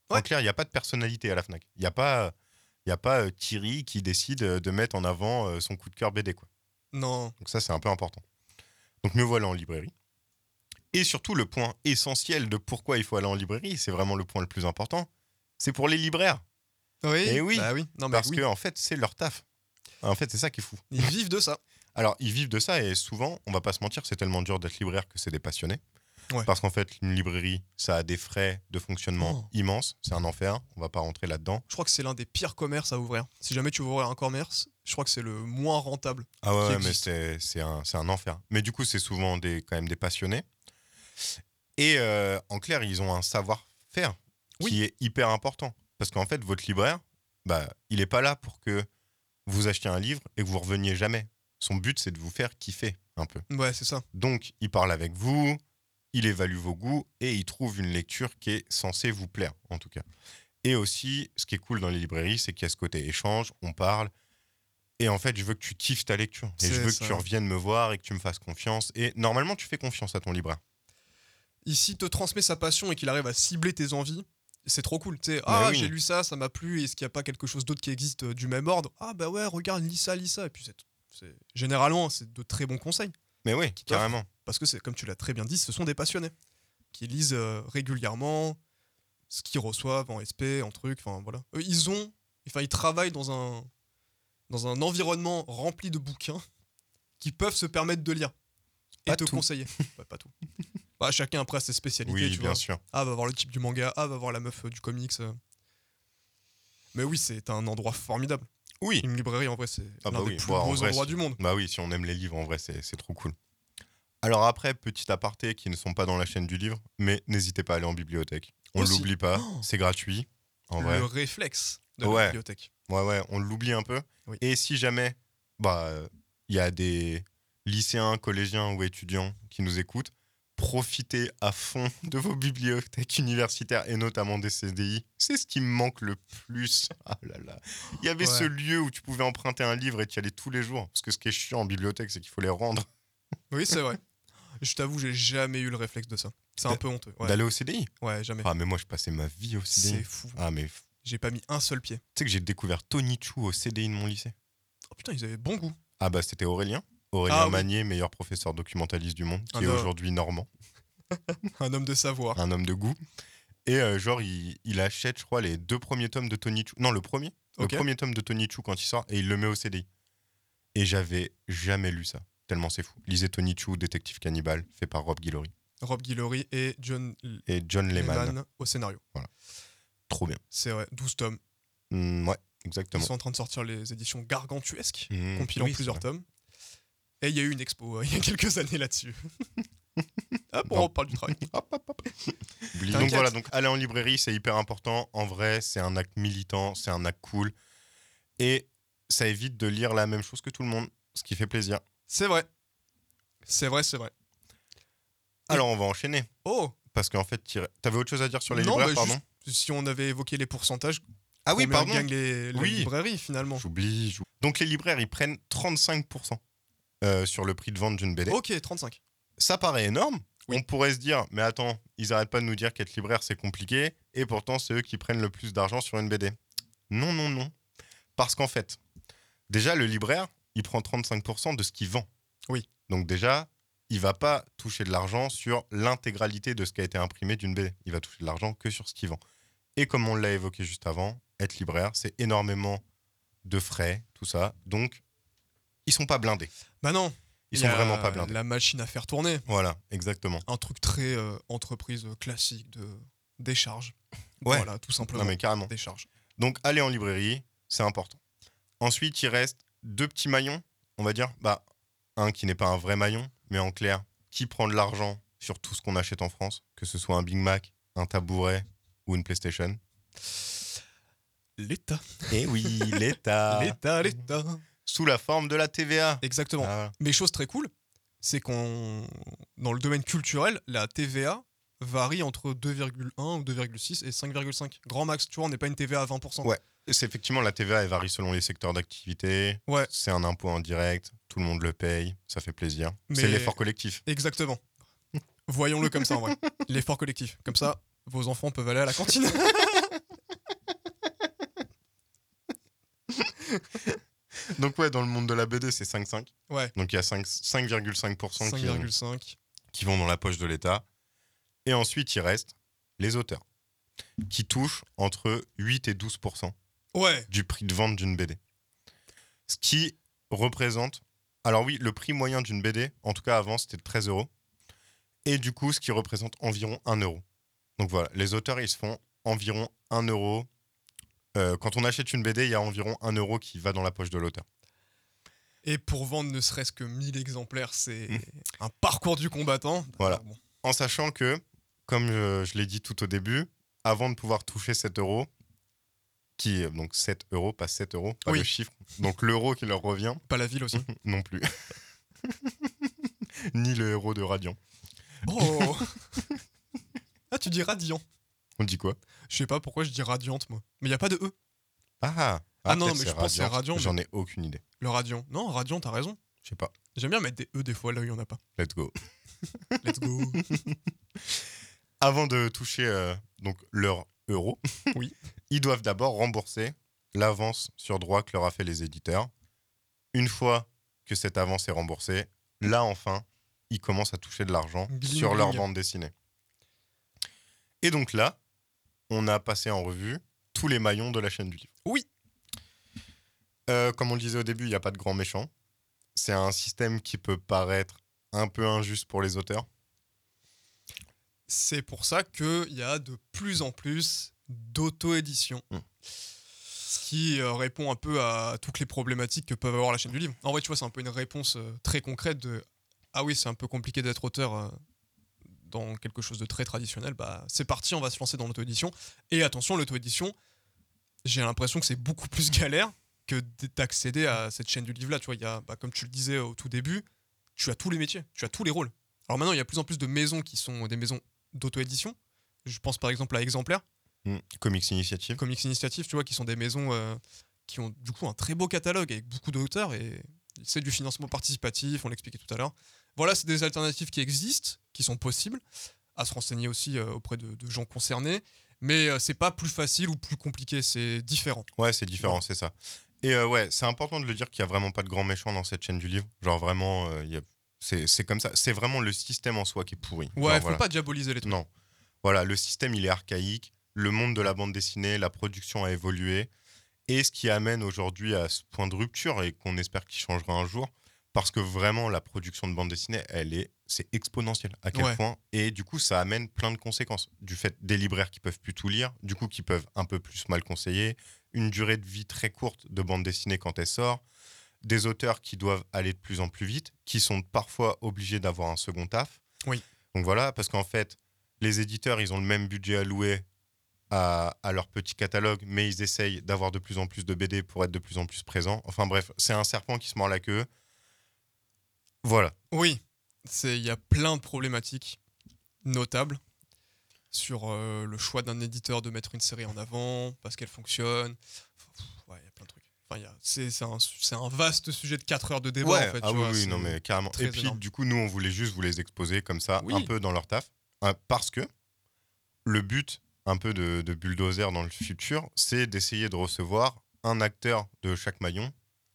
Speaker 2: En
Speaker 1: Ouais.
Speaker 2: clair, il n'y a pas de personnalité à la Fnac. Il n'y a pas, il y a pas euh, Thierry qui décide euh, de mettre en avant euh, son coup de cœur BD. Quoi.
Speaker 1: non.
Speaker 2: Donc ça, c'est un peu important. Donc mieux vaut aller en librairie. Et surtout, le point essentiel de pourquoi il faut aller en librairie, c'est vraiment le point le plus important, c'est pour les libraires.
Speaker 1: Oui,
Speaker 2: Eh oui,
Speaker 1: bah oui. Non, mais
Speaker 2: Parce
Speaker 1: oui.
Speaker 2: que, en fait, c'est leur taf. En fait, c'est ça qui est fou.
Speaker 1: Ils vivent de ça.
Speaker 2: Alors, ils vivent de ça et souvent, on va pas se mentir, c'est tellement dur d'être libraire que c'est des passionnés.
Speaker 1: Ouais.
Speaker 2: Parce qu'en fait, une librairie, ça a des frais de fonctionnement
Speaker 1: Oh.
Speaker 2: immenses. C'est un enfer. On va pas rentrer là-dedans.
Speaker 1: Je crois que c'est l'un des pires commerces à ouvrir. Si jamais tu veux ouvrir un commerce, je crois que c'est le moins rentable.
Speaker 2: Ah ouais,
Speaker 1: qui
Speaker 2: ouais, mais
Speaker 1: existe.
Speaker 2: c'est c'est un, c'est un enfer. Mais du coup, c'est souvent des, quand même des passionnés. Et euh, en clair, ils ont un savoir-faire
Speaker 1: Oui.
Speaker 2: qui est hyper important. Parce qu'en fait, votre libraire, bah, il n'est pas là pour que vous achetiez un livre et que vous reveniez jamais. Son but, c'est de vous faire kiffer un peu.
Speaker 1: Ouais, c'est ça.
Speaker 2: Donc, il parle avec vous, il évalue vos goûts et il trouve une lecture qui est censée vous plaire, en tout cas. Et aussi, ce qui est cool dans les librairies, c'est qu'il y a ce côté échange, on parle. Et en fait, je veux que tu kiffes ta lecture. Et je
Speaker 1: C'est
Speaker 2: veux
Speaker 1: ça.
Speaker 2: que tu reviennes me voir et que tu me fasses confiance. Et normalement, tu fais confiance à ton libraire.
Speaker 1: Ici, te transmet sa passion et qu'il arrive à cibler tes envies. C'est trop cool, tu sais. Ah,
Speaker 2: oui.
Speaker 1: j'ai lu ça, ça m'a plu. Est-ce qu'il n'y a pas quelque chose d'autre qui existe euh, du même ordre Ah, bah ouais, regarde, lis ça, lis ça. Et puis, c'est, c'est- généralement, c'est de très bons conseils.
Speaker 2: Mais oui,
Speaker 1: t'offre.
Speaker 2: carrément.
Speaker 1: Parce que, c'est, comme tu l'as très bien dit, ce sont des passionnés qui lisent euh, régulièrement ce qu'ils reçoivent en SP, en truc. Enfin, voilà. Eux, ils ont. Enfin, ils travaillent dans un, dans un environnement rempli de bouquins qui peuvent se permettre de lire et
Speaker 2: Pas
Speaker 1: te
Speaker 2: tout.
Speaker 1: conseiller. Ouais, pas tout. Bah, chacun après a ses spécialités,
Speaker 2: Oui,
Speaker 1: tu
Speaker 2: bien
Speaker 1: vois.
Speaker 2: sûr.
Speaker 1: Ah, va voir le type du manga, ah, va voir la meuf euh, du comics. euh. Mais oui, c'est un endroit formidable.
Speaker 2: Oui.
Speaker 1: Une librairie, en vrai, c'est
Speaker 2: Ah
Speaker 1: l'un
Speaker 2: bah
Speaker 1: des
Speaker 2: oui,
Speaker 1: plus
Speaker 2: bah, en
Speaker 1: beaux
Speaker 2: vrai,
Speaker 1: endroits
Speaker 2: c'est-
Speaker 1: du monde.
Speaker 2: Bah oui, si on aime les livres, en vrai, c'est c'est trop cool. Alors après, petit aparté qui ne sont pas dans la chaîne du livre, mais n'hésitez pas à aller en bibliothèque. On
Speaker 1: Aussi.
Speaker 2: l'oublie pas,
Speaker 1: Oh. Ah
Speaker 2: c'est gratuit. En vrai.
Speaker 1: Le réflexe de
Speaker 2: Ouais.
Speaker 1: la bibliothèque.
Speaker 2: Ouais, ouais, on l'oublie un peu.
Speaker 1: Oui.
Speaker 2: Et si jamais, bah, euh, il y a des lycéens, collégiens ou étudiants qui nous écoutent, profitez à fond de vos bibliothèques universitaires et notamment des CDI. C'est ce qui me manque le plus. Ah là là. Il y avait
Speaker 1: Ouais.
Speaker 2: ce lieu où tu pouvais emprunter un livre et tu y allais tous les jours. Parce que ce qui est chiant en bibliothèque, c'est qu'il faut les rendre.
Speaker 1: Oui, c'est vrai. Je t'avoue, j'ai jamais eu le réflexe de ça. C'est un
Speaker 2: D'a-
Speaker 1: peu honteux. Ouais,
Speaker 2: D'aller au CDI.
Speaker 1: Ouais, jamais.
Speaker 2: Ah, mais moi, je passais ma vie au CDI.
Speaker 1: C'est fou.
Speaker 2: Ah, mais f-
Speaker 1: J'ai pas mis un seul pied.
Speaker 2: tu sais que j'ai découvert Tony Chu au CDI de mon lycée.
Speaker 1: Oh putain, ils avaient bon goût.
Speaker 2: Ah bah c'était Aurélien. Aurélien
Speaker 1: Ah oui.
Speaker 2: Magnier, meilleur professeur documentaliste du monde, qui
Speaker 1: Ah
Speaker 2: est
Speaker 1: bah.
Speaker 2: aujourd'hui normand,
Speaker 1: Un homme de savoir.
Speaker 2: un homme de goût. Et euh, genre, il, il achète, je crois, les deux premiers tomes de Tony Chu. Non, le premier.
Speaker 1: Ok.
Speaker 2: Le premier tome de Tony Chu quand il sort, et il le met au CDI. Et j'avais jamais lu ça. Tellement c'est fou. Lisez Tony Chu, Détective Cannibale, fait par Rob Guillory
Speaker 1: Rob Guillory et John L-
Speaker 2: et John Lehman.
Speaker 1: Lehman au scénario.
Speaker 2: Trop bien.
Speaker 1: C'est vrai, 12 tomes.
Speaker 2: Mm, ouais,
Speaker 1: Ils
Speaker 2: exactement.
Speaker 1: sont en train de sortir les éditions gargantuesques,
Speaker 2: Mm,
Speaker 1: compilant
Speaker 2: oui, c'est
Speaker 1: plusieurs
Speaker 2: vrai.
Speaker 1: tomes. Et il y a eu une expo euh, il y a quelques années là-dessus. Ah, Hop, on
Speaker 2: Non.
Speaker 1: reparle du travail.
Speaker 2: Hop, hop, hop. Oublie. donc
Speaker 1: T'inquiète.
Speaker 2: voilà, donc aller en librairie, c'est hyper important. En vrai, c'est un acte militant, c'est un acte cool. Et ça évite de lire la même chose que tout le monde, ce qui fait plaisir.
Speaker 1: C'est vrai. C'est vrai, c'est vrai.
Speaker 2: Alors on va enchaîner.
Speaker 1: Oh,
Speaker 2: Parce qu'en fait, t'irais- t'avais autre chose à dire sur les
Speaker 1: Non,
Speaker 2: libraires,
Speaker 1: bah,
Speaker 2: pardon
Speaker 1: juste- si on avait évoqué les pourcentages,
Speaker 2: Ah oui,
Speaker 1: combien
Speaker 2: pardon.
Speaker 1: gagnent les, les
Speaker 2: Oui.
Speaker 1: librairies finalement
Speaker 2: J'oublie. j'oublie. Donc les libraires, ils prennent 35% euh, sur le prix de vente d'une BD.
Speaker 1: Ok, 35.
Speaker 2: Ça paraît énorme. On pourrait se dire, mais attends, ils arrêtent pas de nous dire qu'être libraire, c'est compliqué. Et pourtant, c'est eux qui prennent le plus d'argent sur une BD. Non, non, non. Parce qu'en fait, déjà, le libraire, il prend 35% de ce qu'il vend.
Speaker 1: Oui.
Speaker 2: Donc déjà, il va pas toucher de l'argent sur l'intégralité de ce qui a été imprimé d'une BD. Il va toucher de l'argent que sur ce qu'il vend. Et comme on l'a évoqué juste avant, être libraire, c'est énormément de frais, tout ça. Donc, ils sont pas blindés.
Speaker 1: Bah non.
Speaker 2: Ils
Speaker 1: il
Speaker 2: sont
Speaker 1: y a
Speaker 2: vraiment pas blindés.
Speaker 1: La machine à faire tourner.
Speaker 2: Voilà, exactement.
Speaker 1: Un truc très euh, entreprise classique de décharge.
Speaker 2: Ouais.
Speaker 1: Voilà, tout simplement.
Speaker 2: Non mais carrément.
Speaker 1: Décharge.
Speaker 2: Donc aller en librairie, c'est important. Ensuite, il reste deux petits maillons, on va dire. Bah, un qui n'est pas un vrai maillon, mais en clair, qui prend de l'argent sur tout ce qu'on achète en France, que ce soit un Big Mac, un tabouret ou une PlayStation.
Speaker 1: L'État.
Speaker 2: Eh oui, l'État.
Speaker 1: L'État, l'État.
Speaker 2: Sous la forme de la TVA.
Speaker 1: Exactement.
Speaker 2: Ah,
Speaker 1: Mais chose très cool, c'est qu'on dans le domaine culturel, la TVA varie entre 2,1 ou 2,6 et 5,5. Grand max, tu vois, on n'est pas une TVA à 20%.
Speaker 2: Ouais. c'est effectivement la TVA, elle varie selon les secteurs d'activité.
Speaker 1: Ouais.
Speaker 2: C'est un impôt indirect, tout le monde le paye, ça fait plaisir.
Speaker 1: Mais-
Speaker 2: C'est l'effort collectif.
Speaker 1: Exactement. Voyons-le comme ça en vrai. L'effort collectif. Comme ça, vos enfants peuvent aller à la cantine.
Speaker 2: Donc, ouais, dans le monde de la BD, c'est 5,5.
Speaker 1: Ouais.
Speaker 2: Donc, il y a 5- 5,5% qui,
Speaker 1: 5,5.
Speaker 2: qui vont dans la poche de l'État. Et ensuite, il reste les auteurs, qui touchent entre 8 et 12%
Speaker 1: Ouais,
Speaker 2: du prix de vente d'une BD. Ce qui représente. Alors, oui, le prix moyen d'une BD, en tout cas avant, c'était de 13 euros. Et du coup, ce qui représente environ 1 euro. Donc voilà, les auteurs, ils se font environ 1 euro. Euh, quand on achète une BD, il y a environ 1 euro qui va dans la poche de l'auteur.
Speaker 1: et pour vendre ne serait-ce que 1000 exemplaires, c'est
Speaker 2: Mm.
Speaker 1: un parcours du combattant.
Speaker 2: Voilà.
Speaker 1: Alors bon.
Speaker 2: en sachant que, comme euh, je, l'ai dit tout au début, avant de pouvoir toucher 7 euros, qui est donc 7 euros, pas 7 euros, pas
Speaker 1: Oui. Hum.
Speaker 2: le chiffre, donc l'euro qui leur revient,
Speaker 1: Pas la ville aussi.
Speaker 2: non plus. Ni le héros de Radiant.
Speaker 1: Oh Ah, tu dis radiant.
Speaker 2: On dit quoi
Speaker 1: Je sais pas pourquoi je dis radiante, moi. Mais il a pas de E,
Speaker 2: Ah
Speaker 1: Ah non,
Speaker 2: peut-être
Speaker 1: mais je pense que c'est Radiant,
Speaker 2: J'en ai aucune idée.
Speaker 1: le radiant. Non, radiant, t'as raison.
Speaker 2: Je sais pas.
Speaker 1: J'aime bien mettre des E des fois, là où il y en a pas.
Speaker 2: Let's go.
Speaker 1: Let's go.
Speaker 2: Avant de toucher euh, donc leur euro,
Speaker 1: Oui.
Speaker 2: ils doivent d'abord rembourser l'avance sur droit que leur a fait les éditeurs. Une fois que cette avance est remboursée, là enfin, ils commencent à toucher de l'argent
Speaker 1: Bling,
Speaker 2: sur leur
Speaker 1: bling.
Speaker 2: bande dessinée. Et donc là, on a passé en revue tous les maillons de la chaîne du livre.
Speaker 1: Oui.
Speaker 2: Euh, comme on le disait au début, il n'y a pas de grand méchant. C'est un système qui peut paraître un peu injuste pour les auteurs.
Speaker 1: C'est pour ça qu'il y a de plus en plus d'auto-édition.
Speaker 2: Mm.
Speaker 1: Ce qui euh, répond un peu à toutes les problématiques que peuvent avoir la chaîne du livre. En vrai, tu vois, c'est un peu une réponse euh, très concrète de Ah oui, c'est un peu compliqué d'être auteur euh, dans quelque chose de très traditionnel. Bah, c'est parti, on va se lancer dans l'auto-édition. Et attention, l'auto-édition, j'ai l'impression que c'est beaucoup plus galère que d- d'accéder à cette chaîne du livre-là. Tu vois, il y a, bah, comme tu le disais au tout début, tu as tous les métiers, tu as tous les rôles. Alors maintenant, il y a de plus en plus de maisons qui sont des maisons d'auto-édition. Je pense par exemple à Exemplaire, Mm.
Speaker 2: Hmm. Comics Initiative.
Speaker 1: Comics Initiative, tu vois, qui sont des maisons euh, qui ont du coup un très beau catalogue avec beaucoup d'auteurs et c'est du financement participatif, on l'expliquait tout à l'heure. Voilà, c'est des alternatives qui existent, qui sont possibles, à se renseigner aussi euh, auprès de, de gens concernés, mais euh, c'est pas plus facile ou plus compliqué, c'est différent.
Speaker 2: Ouais, c'est différent, c'est ça. Et euh, ouais, c'est important de le dire qu'il n'y a vraiment pas de grand méchant dans cette chaîne du livre. Genre vraiment, euh, il y a- c'est c'est comme ça. C'est vraiment le système en soi qui est pourri.
Speaker 1: Ouais,
Speaker 2: Genre,
Speaker 1: faut
Speaker 2: voilà.
Speaker 1: pas diaboliser les trucs.
Speaker 2: Non. Voilà, le système, il est archaïque. Le monde de la bande dessinée, la production a évolué. Et ce qui amène aujourd'hui à ce point de rupture et qu'on espère qu'il changera un jour, parce que vraiment, la production de bande dessinée, elle est, c'est exponentiel à quel
Speaker 1: Ouais.
Speaker 2: point. Et du coup, ça amène plein de conséquences. Du fait des libraires qui peuvent plus tout lire, du coup, qui peuvent un peu plus mal conseiller, une durée de vie très courte de bande dessinée quand elle sort, des auteurs qui doivent aller de plus en plus vite, qui sont parfois obligés d'avoir un second taf.
Speaker 1: Oui.
Speaker 2: Donc voilà, parce qu'en fait, les éditeurs, ils ont le même budget alloué à, à leur petit catalogue, mais ils essayent d'avoir de plus en plus de BD pour être de plus en plus présents. Enfin bref, c'est un serpent qui se mord la queue. Voilà.
Speaker 1: Oui, c'est- il y a plein de problématiques notables sur euh, le choix d'un éditeur de mettre une série en avant, parce qu'elle fonctionne. Pff, Ouais, il y a plein de trucs. Enfin, il y a- c'est c'est un, c'est un vaste sujet de 4 heures de débat, en fait.
Speaker 2: ah
Speaker 1: tu
Speaker 2: oui,
Speaker 1: vois,
Speaker 2: oui,
Speaker 1: c'est-
Speaker 2: non mais carrément.
Speaker 1: très
Speaker 2: Et puis
Speaker 1: énorme.
Speaker 2: du coup, nous, on voulait juste vous les exposer comme ça,
Speaker 1: Oui.
Speaker 2: un peu dans leur taf, hein, parce que le but un peu de, de bulldozer dans le futur, c'est d'essayer de recevoir un acteur de chaque maillon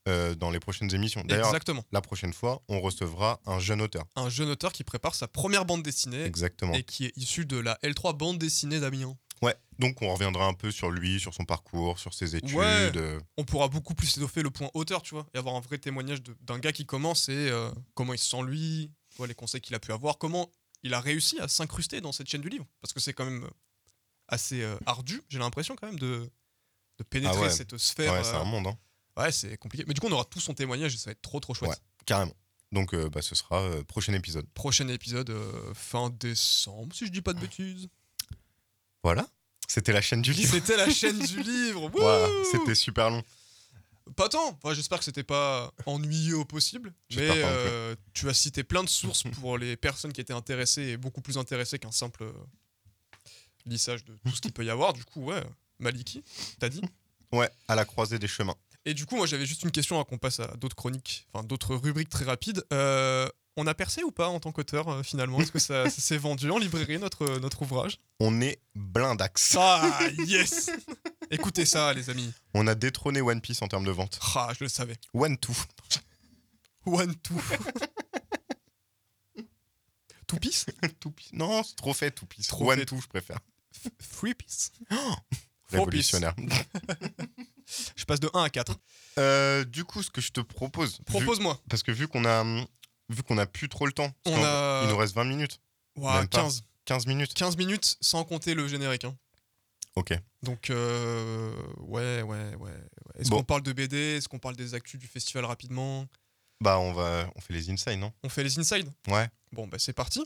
Speaker 2: euh, dans les prochaines émissions. D'ailleurs,
Speaker 1: Exactement.
Speaker 2: la prochaine fois, on recevra un jeune auteur.
Speaker 1: Un jeune auteur qui prépare sa première bande dessinée
Speaker 2: Exactement.
Speaker 1: et qui est issu de la L3 bande dessinée d'Amiens.
Speaker 2: Ouais, donc on reviendra un peu sur lui, sur son parcours, sur ses études.
Speaker 1: Ouais.
Speaker 2: euh,
Speaker 1: On pourra beaucoup plus étoffer le point auteur, tu vois, et avoir un vrai témoignage de- d'un gars qui commence et euh, comment il se sent lui, tu vois, les conseils qu'il a pu avoir, comment il a réussi à s'incruster dans cette chaîne du livre. Parce que c'est quand même euh, assez euh, ardu, j'ai l'impression quand même, de, de pénétrer
Speaker 2: Ah ouais.
Speaker 1: cette sphère.
Speaker 2: Ouais, c'est
Speaker 1: euh,
Speaker 2: un monde, hein,
Speaker 1: ouais, c'est compliqué. Mais du coup, on aura tout son témoignage et ça va être trop, trop chouette.
Speaker 2: Ouais. carrément. Donc euh, bah, ce sera euh, prochain épisode.
Speaker 1: Prochain épisode, euh, fin décembre, si je dis pas de bêtises.
Speaker 2: Voilà, c'était la chaîne Ah. du livre.
Speaker 1: C'était la chaîne du livre. wouh
Speaker 2: Voilà, c'était super long.
Speaker 1: Pas tant. Enfin, J'espère que c'était pas ennuyeux au possible. Mais
Speaker 2: J'espère pas non plus.
Speaker 1: euh, tu as cité plein de sources pour les personnes qui étaient intéressées et beaucoup plus intéressées qu'un simple euh, lissage de tout ce qu'il peut y avoir. Du coup, ouais, Maliki, t'as dit.
Speaker 2: Ouais, à la croisée des chemins.
Speaker 1: Et du coup, moi j'avais juste une question avant qu'on passe à d'autres chroniques, enfin d'autres rubriques très rapides. Euh, on a percé ou pas en tant qu'auteur euh, finalement Est-ce que ça, ça euh, s'est vendu en librairie notre, notre ouvrage
Speaker 2: On est blindax.
Speaker 1: Ah yes Écoutez ça, les amis.
Speaker 2: On a détrôné One Piece en termes de vente.
Speaker 1: Ah, je le savais.
Speaker 2: One Two.
Speaker 1: One, two. two piece
Speaker 2: Two Piece. Non, c'est trop fait Two Piece.
Speaker 1: Trop
Speaker 2: One
Speaker 1: fait.
Speaker 2: Two, je préfère.
Speaker 1: Three piece Four piece.
Speaker 2: Révolutionnaire.
Speaker 1: Je passe de 1 à 4.
Speaker 2: Euh, du coup, ce que je te propose, vu-
Speaker 1: Propose-moi.
Speaker 2: parce que vu qu'on a hum, vu qu'on a plus trop le temps, parce
Speaker 1: On
Speaker 2: qu'en-
Speaker 1: a-
Speaker 2: il nous reste 20 minutes,
Speaker 1: Ouah,
Speaker 2: Même pas.
Speaker 1: 15.
Speaker 2: 15 minutes.
Speaker 1: 15 minutes sans compter le générique. hein.
Speaker 2: Ok.
Speaker 1: Donc, euh, ouais, ouais, ouais. ouais. Est-ce
Speaker 2: Bon.
Speaker 1: qu'on parle de BD Est-ce qu'on parle des actus du festival rapidement
Speaker 2: Bah, on va, on fait les insides, non
Speaker 1: On fait les insides
Speaker 2: Ouais.
Speaker 1: Bon, bah c'est parti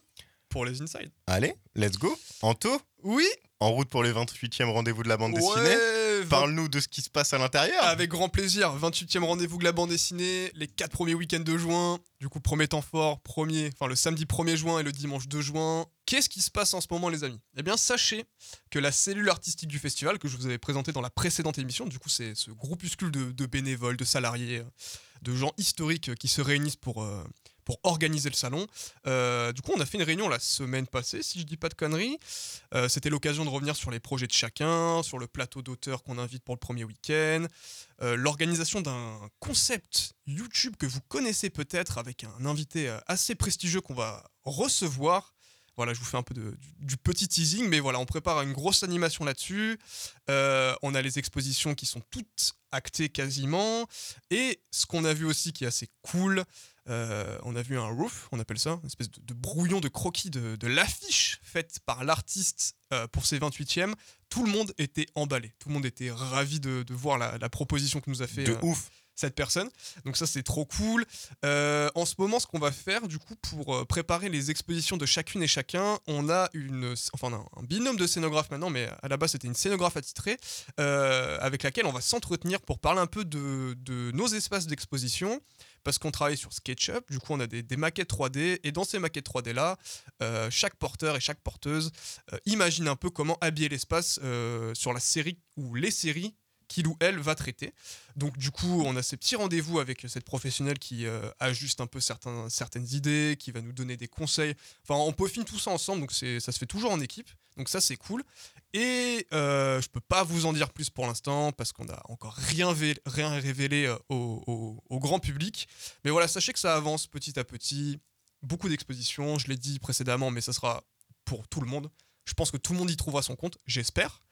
Speaker 1: pour les insides.
Speaker 2: Allez, let's go. Anto,
Speaker 1: Oui
Speaker 2: en route pour les 28e rendez-vous de la bande dessinée.
Speaker 1: ouais, Ah, vingt-
Speaker 2: Parle-nous de ce qui se passe à l'intérieur.
Speaker 1: Avec grand plaisir. 28e rendez-vous de la bande dessinée, les 4 premiers week-ends de juin. Du coup, premier temps fort, premier, enfin le samedi 1er juin et le dimanche 2 juin. Qu'est-ce qui se passe en ce moment, les amis Eh bien, sachez que la cellule artistique du festival, que je vous avais présentée dans la précédente émission, du coup, c'est ce groupuscule de, de bénévoles, de salariés, euh, de gens historiques qui se réunissent pour. euh, pour organiser le salon. Euh, du coup, on a fait une réunion la semaine passée, si je dis pas de conneries. Euh, C'était l'occasion de revenir sur les projets de chacun, sur le plateau d'auteurs qu'on invite pour le premier week-end, euh, l'organisation d'un concept YouTube que vous connaissez peut-être avec un invité euh, assez prestigieux qu'on va recevoir. Voilà, je vous fais un peu de- du, du petit teasing, mais voilà, on prépare une grosse animation là-dessus. Euh, on a les expositions qui sont toutes actées quasiment. Et ce qu'on a vu aussi qui est assez cool, euh, on a vu un roof, on appelle ça, une espèce de, de brouillon de croquis de, de l'affiche faite par l'artiste euh, pour ses 28e. Tout le monde était emballé, tout le monde était ravi de, de voir la, la proposition que nous a fait
Speaker 2: de
Speaker 1: euh,
Speaker 2: ouf.
Speaker 1: cette personne. Donc ça, c'est trop cool. Euh, en ce moment, ce qu'on va faire, du coup, pour euh, préparer les expositions de chacune et chacun, on a une, enfin, on a un binôme de scénographes maintenant, mais à la base, c'était une scénographe attitrée, euh, avec laquelle on va s'entretenir pour parler un peu de, de nos espaces d'exposition, parce qu'on travaille sur SketchUp, du coup, on a des, des maquettes 3D, et dans ces maquettes 3D-là, euh, chaque porteur et chaque porteuse euh, imagine un peu comment habiller l'espace euh, sur la série ou les séries qu'il ou elle va traiter. Donc du coup, on a ces petits rendez-vous avec cette professionnelle qui euh, ajuste un peu certains, certaines idées, qui va nous donner des conseils. Enfin, on peaufine tout ça ensemble, donc c'est- ça se fait toujours en équipe. Donc ça, c'est cool. Et euh, je peux pas vous en dire plus pour l'instant parce qu'on n'a encore rien, vé- rien révélé euh, au, au- au grand public. Mais voilà, sachez que ça avance petit à petit. Beaucoup d'expositions, je l'ai dit précédemment, mais ça sera pour tout le monde. Je pense que tout le monde y trouvera son compte, j'espère.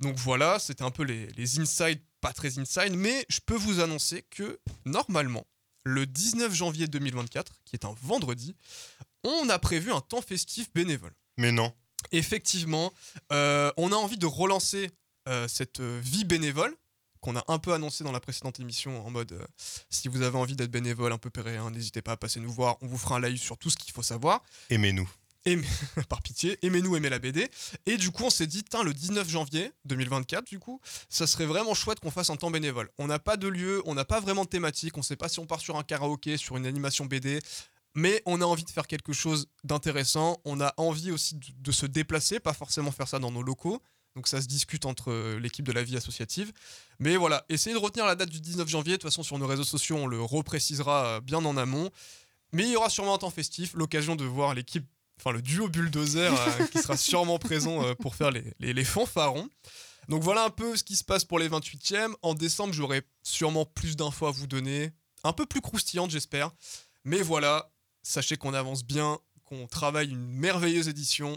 Speaker 1: Donc voilà, c'était un peu les, les insides, pas très inside, mais je peux vous annoncer que normalement, le 19 janvier 2024, qui est un vendredi, on a prévu un temps festif bénévole.
Speaker 2: Mais non.
Speaker 1: Effectivement, euh, on a envie de relancer euh, cette euh, vie bénévole qu'on a un peu annoncé dans la précédente émission en mode euh, si vous avez envie d'être bénévole un peu péré, hein, n'hésitez pas à passer nous voir, on vous fera un live sur tout ce qu'il faut savoir
Speaker 2: Aimez-nous.
Speaker 1: par pitié, aimez-nous, aimez la BD. Et du coup, on s'est dit, Tain, le 19 janvier 2024, du coup, ça serait vraiment chouette qu'on fasse un temps bénévole. On n'a pas de lieu, on n'a pas vraiment de thématique, on sait pas si on part sur un karaoké, sur une animation BD, mais on a envie de faire quelque chose d'intéressant, on a envie aussi de, de se déplacer, pas forcément faire ça dans nos locaux. Donc ça se discute entre euh, l'équipe de la vie associative. Mais voilà, essayez de retenir la date du 19 janvier. De toute façon, sur nos réseaux sociaux, on le reprécisera euh, bien en amont. Mais il y aura sûrement un temps festif, l'occasion de voir l'équipe enfin le duo bulldozer euh, qui sera sûrement présent euh, pour faire les, les, les fanfarons. Donc voilà un peu ce qui se passe pour les 28e. En décembre, j'aurai sûrement plus d'infos à vous donner, un peu plus croustillantes j'espère. Mais voilà, sachez qu'on avance bien, qu'on travaille une merveilleuse édition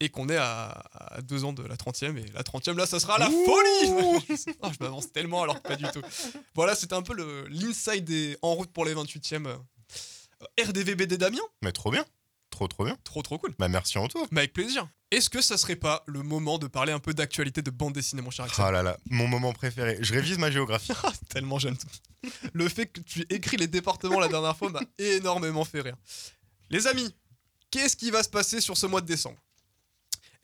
Speaker 1: et qu'on est à, à deux ans de la 30e. Et la 30e, là, ça sera la
Speaker 2: Ouh
Speaker 1: folie Je sais pas, Oh, Je m'avance tellement alors que pas du tout. Voilà, c'était un peu le- l'inside des en route pour les 28e. euh, RDVBD Damien,
Speaker 2: Mais trop bien. Trop, trop bien.
Speaker 1: trop trop cool.
Speaker 2: Bah, merci Anto.
Speaker 1: Mais avec plaisir. Est-ce que ça serait pas le moment de parler un peu d'actualité de bande dessinée, mon cher Axel
Speaker 2: Ah là là, mon moment préféré. Je révise ma géographie.
Speaker 1: Ah, Tellement j'aime tout. Le fait que tu aies écrit les départements la dernière fois m'a énormément fait rire. Les amis, qu'est-ce qui va se passer sur ce mois de décembre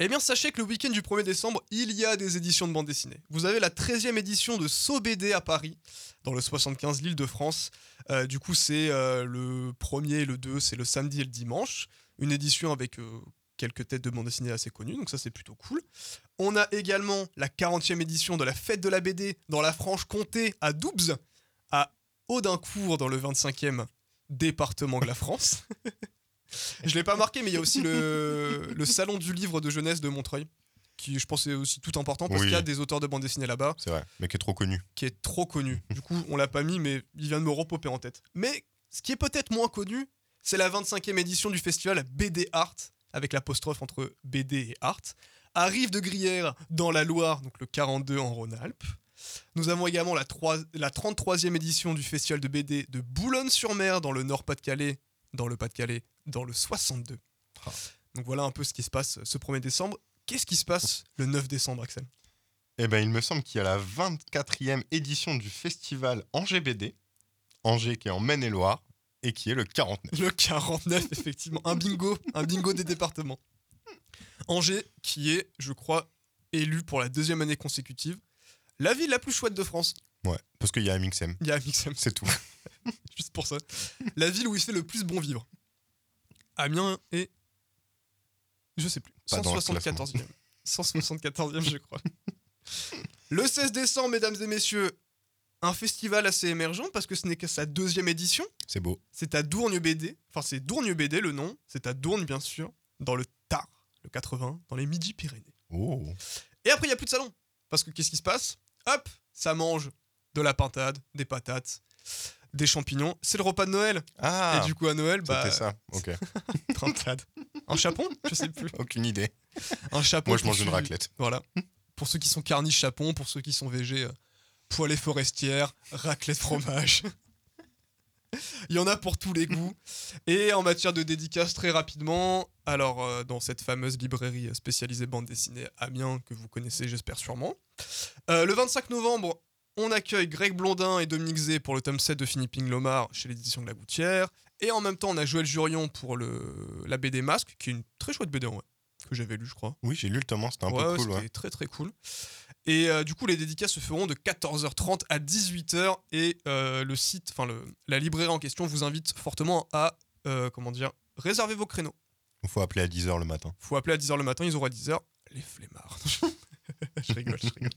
Speaker 1: Eh bien, sachez que le week-end du 1er décembre, il y a des éditions de bande dessinée. Vous avez la 13e édition de SoBD à Paris, dans le 75 l'île de France. Euh, du coup, c'est euh, le 1er et le 2, c'est le samedi et le dimanche. Une édition avec euh, quelques têtes de bande dessinée assez connues, donc ça c'est plutôt cool. On a également la 40e édition de la fête de la BD dans la Franche-Comté à Doubs, à Audincourt dans le 25e département de la France. Je l'ai pas marqué, mais il y a aussi le, le salon du livre de jeunesse de Montreuil qui je pense est aussi tout important parce
Speaker 2: Oui.
Speaker 1: qu'il y a des auteurs de bande dessinée là-bas
Speaker 2: C'est vrai, mais qui est trop connu.
Speaker 1: qui est trop connu. Du coup, on l'a pas mis, mais il vient de me repoper en tête. Mais ce qui est peut-être moins connu, c'est la 25e édition du festival BD Art, avec l'apostrophe entre BD et Art, à Rive de Grière, dans la Loire, donc le 42 en Rhône-Alpes. Nous avons également la, trois- la 33e édition du festival de BD de Boulogne-sur-Mer, dans le Nord-Pas-de-Calais, dans le Pas-de-Calais, dans le 62.
Speaker 2: Ah.
Speaker 1: Donc voilà un peu ce qui se passe ce 1er décembre. Qu'est-ce qui se passe le 9 décembre, Axel
Speaker 2: Eh ben, il me semble qu'il y a la 24e édition du festival Angers BD, Angers qui est en Maine-et-Loire et qui est le 49.
Speaker 1: Le 49, effectivement. Un bingo, un bingo des départements. Angers, qui est, je crois, élu pour la deuxième année consécutive, la ville la plus chouette de France.
Speaker 2: Ouais, parce qu'il y a MXM,
Speaker 1: Il y a Amixem,
Speaker 2: c'est tout.
Speaker 1: juste pour ça. La ville où il fait le plus bon vivre. Amiens est. Je sais plus.
Speaker 2: Pas dans le
Speaker 1: 174e. 174e, je crois. Le 16 décembre, mesdames et messieurs, un festival assez émergent parce que ce n'est que sa deuxième édition.
Speaker 2: C'est beau.
Speaker 1: C'est à Dourgne BD. Enfin, c'est Dourgne BD le nom. C'est à Dourgne, bien sûr, dans le Tard, le 80, dans les Midi-Pyrénées.
Speaker 2: Oh.
Speaker 1: Et après, il n'y a plus de salon. Parce que qu'est-ce qui se passe Hop, ça mange de la pintade, des patates, des champignons. C'est le repas de Noël.
Speaker 2: Ah,
Speaker 1: Et du coup, à Noël,
Speaker 2: c'était
Speaker 1: bah,
Speaker 2: ça. Ok,
Speaker 1: pintade. Un chapon Je sais plus.
Speaker 2: aucune idée.
Speaker 1: Un chapon.
Speaker 2: Moi, je
Speaker 1: qui
Speaker 2: mange une
Speaker 1: suit-
Speaker 2: raclette.
Speaker 1: Voilà. Pour ceux qui sont carnies, chapon. Pour ceux qui sont végés, euh, poêlée forestière, raclette fromage. Il y en a pour tous les goûts. Et en matière de dédicace, très rapidement, alors euh, dans cette fameuse librairie euh, spécialisée bande dessinée Amiens, que vous connaissez, j'espère sûrement. Euh, le 25 novembre, on accueille Greg Blondin et Dominique Zé pour le tome 7 de Philippine Lomar chez l'édition de La Gouttière. Et en même temps, on a Joël Jurion pour le, la BD Masque, qui est une très chouette BD en vrai, que j'avais lu, je crois.
Speaker 2: Oui, j'ai lu le tome un, c'était un
Speaker 1: Ouais,
Speaker 2: peu
Speaker 1: ouais,
Speaker 2: cool.
Speaker 1: c'était
Speaker 2: Ouais.
Speaker 1: très très cool. Et euh, du coup, les dédicaces se feront de 14h30 à 18h et euh, le site, enfin le- la librairie en question vous invite fortement à euh, comment dire réserver vos créneaux.
Speaker 2: Il faut appeler à 10h le matin.
Speaker 1: Faut appeler à 10h le matin, ils auront à 10h les flemmards. je rigole, je rigole.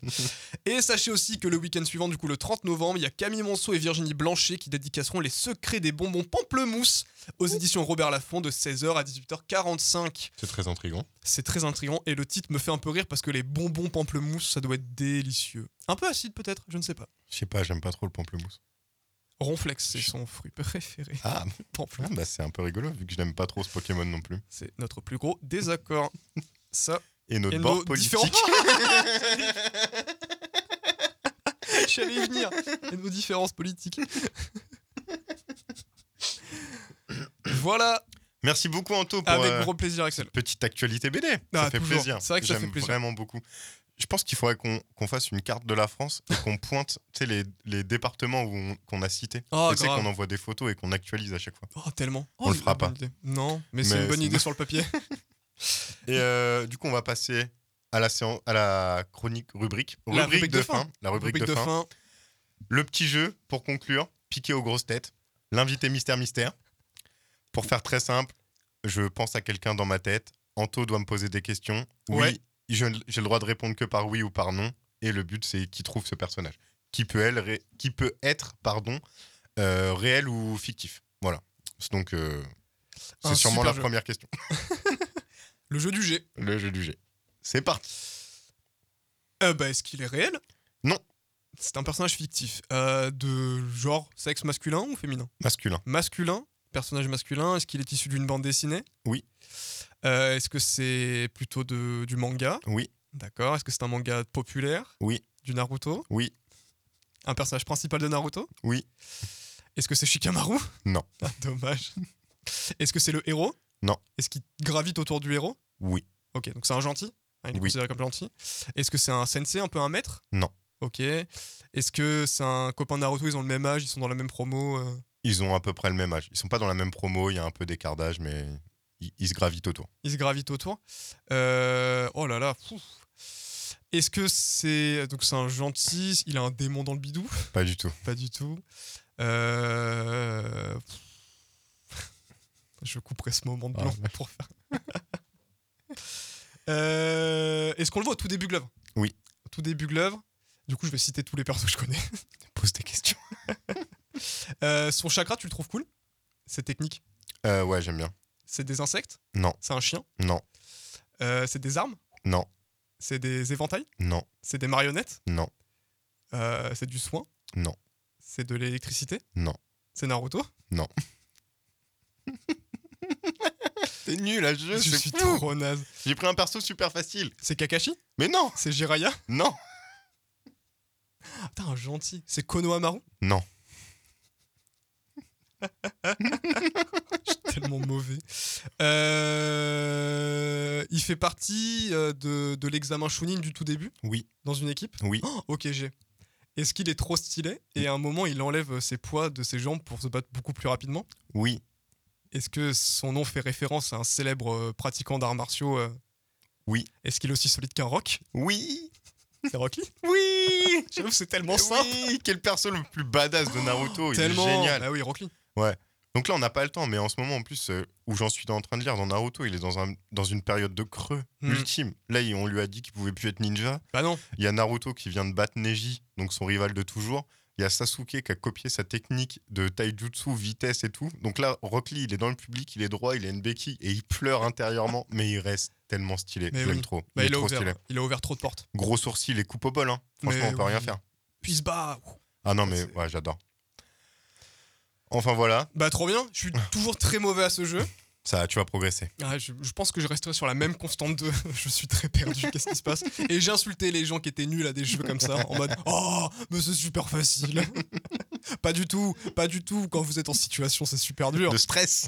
Speaker 1: Et sachez aussi que le week-end suivant, du coup le 30 novembre, il y a Camille Monceau et Virginie Blanchet qui dédicaceront les secrets des bonbons pamplemousse aux éditions Robert Laffont de 16h à 18h45.
Speaker 2: C'est très intriguant.
Speaker 1: C'est très intriguant et le titre me fait un peu rire parce que les bonbons pamplemousse, ça doit être délicieux. Un peu acide peut-être, je ne sais pas.
Speaker 2: Je sais pas, j'aime pas trop le pamplemousse.
Speaker 1: Ronflex, c'est son fruit préféré.
Speaker 2: Ah,
Speaker 1: Pamplemousse,
Speaker 2: ah, bah c'est un peu rigolo vu que je n'aime pas trop ce Pokémon non plus.
Speaker 1: c'est notre plus gros désaccord. Ça
Speaker 2: Et notre
Speaker 1: et
Speaker 2: bord
Speaker 1: nos
Speaker 2: politique.
Speaker 1: différents. J'allais y venir. Et nos différences politiques. voilà,
Speaker 2: Merci beaucoup Anto pour
Speaker 1: avec
Speaker 2: euh,
Speaker 1: gros plaisir Axel.
Speaker 2: cette petite actualité BD.
Speaker 1: Ah,
Speaker 2: ça fait
Speaker 1: toujours.
Speaker 2: plaisir.
Speaker 1: C'est vrai que ça fait
Speaker 2: J'aime
Speaker 1: plaisir.
Speaker 2: vraiment beaucoup. Je pense qu'il faudrait qu'on qu'on fasse une carte de la France et qu'on pointe tu sais, les, les départements où on- qu'on a cités.
Speaker 1: Oh,
Speaker 2: et c'est
Speaker 1: grave.
Speaker 2: qu'on envoie des photos et qu'on actualise à chaque fois.
Speaker 1: Oh, tellement.
Speaker 2: On
Speaker 1: Oh,
Speaker 2: le fera
Speaker 1: bonne idée. Non, mais, c'est
Speaker 2: Mais
Speaker 1: une bonne
Speaker 2: c'est
Speaker 1: idée
Speaker 2: bon.
Speaker 1: sur le papier.
Speaker 2: Et euh, du coup, on va passer à la, séance, à la chronique rubrique.
Speaker 1: La rubrique de fin.
Speaker 2: La rubrique, de, fin. Le petit jeu pour conclure, piqué aux grosses têtes. L'invité mystère mystère. Pour faire très simple, je pense à quelqu'un dans ma tête. Anto doit me poser des questions. Oui,
Speaker 1: Ouais.
Speaker 2: je n- j'ai le droit de répondre que par oui ou par non. Et le but, c'est qui trouve ce personnage. Qui peut, elle, ré- qui peut être pardon, euh, réel ou fictif. Voilà. C'est Donc, euh,
Speaker 1: Un
Speaker 2: c'est sûrement
Speaker 1: super
Speaker 2: la
Speaker 1: jeu.
Speaker 2: première question.
Speaker 1: Le jeu du G.
Speaker 2: Le jeu du G. C'est parti.
Speaker 1: Euh, bah, est-ce qu'il est réel
Speaker 2: Non.
Speaker 1: C'est un personnage fictif. Euh, de genre sexe masculin ou féminin
Speaker 2: Masculin.
Speaker 1: Masculin. Personnage masculin. Est-ce qu'il est issu d'une bande dessinée
Speaker 2: Oui.
Speaker 1: Euh, est-ce que c'est plutôt de, du manga
Speaker 2: Oui.
Speaker 1: D'accord. Est-ce que c'est un manga populaire
Speaker 2: Oui.
Speaker 1: Du Naruto
Speaker 2: Oui.
Speaker 1: Un personnage principal de Naruto
Speaker 2: Oui.
Speaker 1: Est-ce que c'est Shikamaru
Speaker 2: Non.
Speaker 1: Ah, dommage. Est-ce que c'est le héros
Speaker 2: Non.
Speaker 1: Est-ce qu'il gravite autour du héros
Speaker 2: Oui.
Speaker 1: Ok, donc c'est un gentil. hein, il est
Speaker 2: Oui.
Speaker 1: considéré comme gentil. Est-ce que c'est un sensei, un peu un maître
Speaker 2: Non.
Speaker 1: Ok. Est-ce que c'est un copain de Naruto Ils ont le même âge, ils sont dans la même promo. euh,
Speaker 2: Ils ont à peu près le même âge. Ils sont pas dans la même promo. Il y a un peu d'écart d'âge, mais ils, ils se gravitent autour.
Speaker 1: ils se gravitent autour. Euh, oh là là. pouf. Est-ce que c'est donc c'est un gentil Il a un démon dans le bidou
Speaker 2: Pas du tout.
Speaker 1: Pas du tout. Euh, pff. Je couperai ce moment de
Speaker 2: Ah,
Speaker 1: blanc pour faire. Euh, Est-ce qu'on le voit au tout début de l'œuvre
Speaker 2: Oui.
Speaker 1: Au tout début de l'œuvre. Du coup, je vais citer tous les persos que je connais.
Speaker 2: Pose des questions.
Speaker 1: Euh, son chakra, tu le trouves cool C'est technique.
Speaker 2: Euh, ouais, j'aime bien.
Speaker 1: C'est des insectes
Speaker 2: Non.
Speaker 1: C'est un chien
Speaker 2: Non.
Speaker 1: Euh, C'est des armes
Speaker 2: Non.
Speaker 1: C'est des éventails
Speaker 2: Non,
Speaker 1: C'est des marionnettes
Speaker 2: non,
Speaker 1: Euh, C'est du soin
Speaker 2: Non.
Speaker 1: C'est de l'électricité
Speaker 2: Non.
Speaker 1: C'est Naruto
Speaker 2: c'est nul à jeu,
Speaker 1: Je
Speaker 2: c'est
Speaker 1: suis
Speaker 2: fou.
Speaker 1: trop naze.
Speaker 2: J'ai pris un perso super facile.
Speaker 1: C'est Kakashi
Speaker 2: Mais non,
Speaker 1: C'est Jiraiya
Speaker 2: non,
Speaker 1: Ah, Putain, un gentil. C'est Konohamaru
Speaker 2: Non.
Speaker 1: Je suis tellement mauvais. Euh, Il fait partie euh, de, de l'examen Chunin du tout début
Speaker 2: Oui.
Speaker 1: Dans une équipe
Speaker 2: oui,
Speaker 1: Oh, Ok, j'ai. Est-ce qu'il est trop stylé Et à un moment, il enlève ses poids de ses jambes pour se battre beaucoup plus rapidement
Speaker 2: oui,
Speaker 1: Est-ce que son nom fait référence à un célèbre euh, pratiquant d'arts martiaux euh
Speaker 2: Oui.
Speaker 1: Est-ce qu'il est aussi solide qu'un rock
Speaker 2: oui,
Speaker 1: C'est Rocky
Speaker 2: oui.
Speaker 1: J'avoue, c'est tellement
Speaker 2: Bon
Speaker 1: simple.
Speaker 2: oui, quel perso le plus badass de Naruto, il
Speaker 1: tellement.
Speaker 2: est génial.
Speaker 1: Bah oui, Rock Lee.
Speaker 2: Donc là, on n'a pas le temps, mais en ce moment, en plus, euh, où j'en suis en train de lire dans Naruto, il est dans, un, dans une période de creux
Speaker 1: Hmm.
Speaker 2: ultime. Là, il- on lui a dit qu'il pouvait plus être ninja.
Speaker 1: Bah non.
Speaker 2: Il y a Naruto qui vient de battre Neji, donc son rival de toujours. Il y a Sasuke qui a copié sa technique de taijutsu, vitesse et tout. Donc là, Rock Lee, il est dans le public, il est droit, il a une béquille et il pleure intérieurement, mais il reste tellement stylé.
Speaker 1: Mais
Speaker 2: Je l'aime
Speaker 1: oui.
Speaker 2: trop.
Speaker 1: Bah,
Speaker 2: il
Speaker 1: il,
Speaker 2: est
Speaker 1: a
Speaker 2: trop
Speaker 1: ouvert,
Speaker 2: stylé.
Speaker 1: il a ouvert trop de portes.
Speaker 2: Gros sourcil et coupe au bol. hein. Franchement,
Speaker 1: Mais
Speaker 2: on peut rien
Speaker 1: oui.
Speaker 2: faire.
Speaker 1: Puis il se bat.
Speaker 2: Ah non, mais
Speaker 1: C'est-
Speaker 2: ouais, j'adore. Enfin voilà,
Speaker 1: Bah trop bien. Je suis
Speaker 2: Ah.
Speaker 1: toujours très mauvais à ce jeu.
Speaker 2: ça, tu vas progresser.
Speaker 1: Ah, je, je pense que je resterai sur la même constante de. je suis très perdu. Qu'est-ce qui se passe Et j'ai insulté les gens qui étaient nuls à des jeux comme ça en mode Oh, mais c'est super facile. pas du tout. Pas du tout. Quand vous êtes en situation, c'est super dur.
Speaker 2: De stress.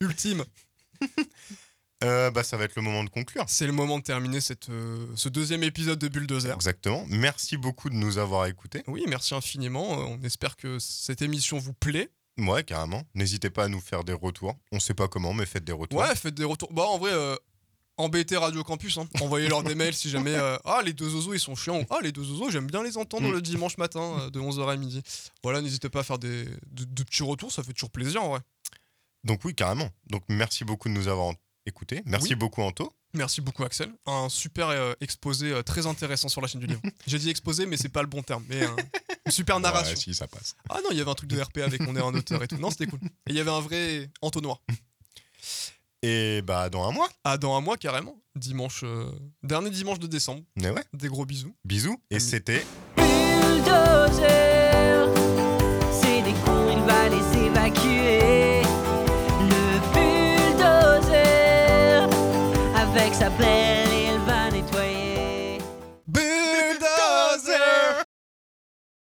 Speaker 1: Ultime.
Speaker 2: Euh, bah, ça va être le moment de conclure.
Speaker 1: C'est le moment de terminer cette, euh, ce deuxième épisode de Bulldozer.
Speaker 2: Exactement. Merci beaucoup de nous avoir écoutés.
Speaker 1: Oui, merci infiniment. Euh, On espère que cette émission vous plaît.
Speaker 2: Ouais, carrément. N'hésitez pas à nous faire des retours. On sait pas comment, mais faites des retours.
Speaker 1: Ouais, faites des retours. Bah, en vrai, euh, embêtez Radio Campus. hein. Envoyez-leur des mails si jamais. euh, ah, les deux oiseaux, ils sont chiants. Ou, ah, les deux oiseaux, j'aime bien les entendre
Speaker 2: Mm.
Speaker 1: le dimanche matin euh, de 11h à midi. Voilà, n'hésitez pas à faire des, de, de petits retours. Ça fait toujours plaisir, en vrai.
Speaker 2: Donc oui, carrément. Donc merci beaucoup de nous avoir en- écoutés. Merci
Speaker 1: Oui.
Speaker 2: beaucoup Anto.
Speaker 1: Merci beaucoup, Axel. Un super euh, exposé euh, très intéressant sur la chaîne du livre. J'ai dit exposé, mais c'est pas le bon terme. Mais euh, une super narration.
Speaker 2: Ouais, Bah, si, ça passe.
Speaker 1: Ah non, il y avait un truc de RP avec on est un auteur et tout. Non, c'était cool. Et il y avait un vrai entonnoir.
Speaker 2: Et bah dans un mois.
Speaker 1: Ah, dans un mois carrément. Dimanche. euh, dernier dimanche de décembre.
Speaker 2: Mais ouais.
Speaker 1: Des gros bisous.
Speaker 2: Bisous. Et
Speaker 1: Mm.
Speaker 2: c'était
Speaker 3: Bulldozer, c'est des cons, il va les évacuer. Le bulldozer, avec sa pelle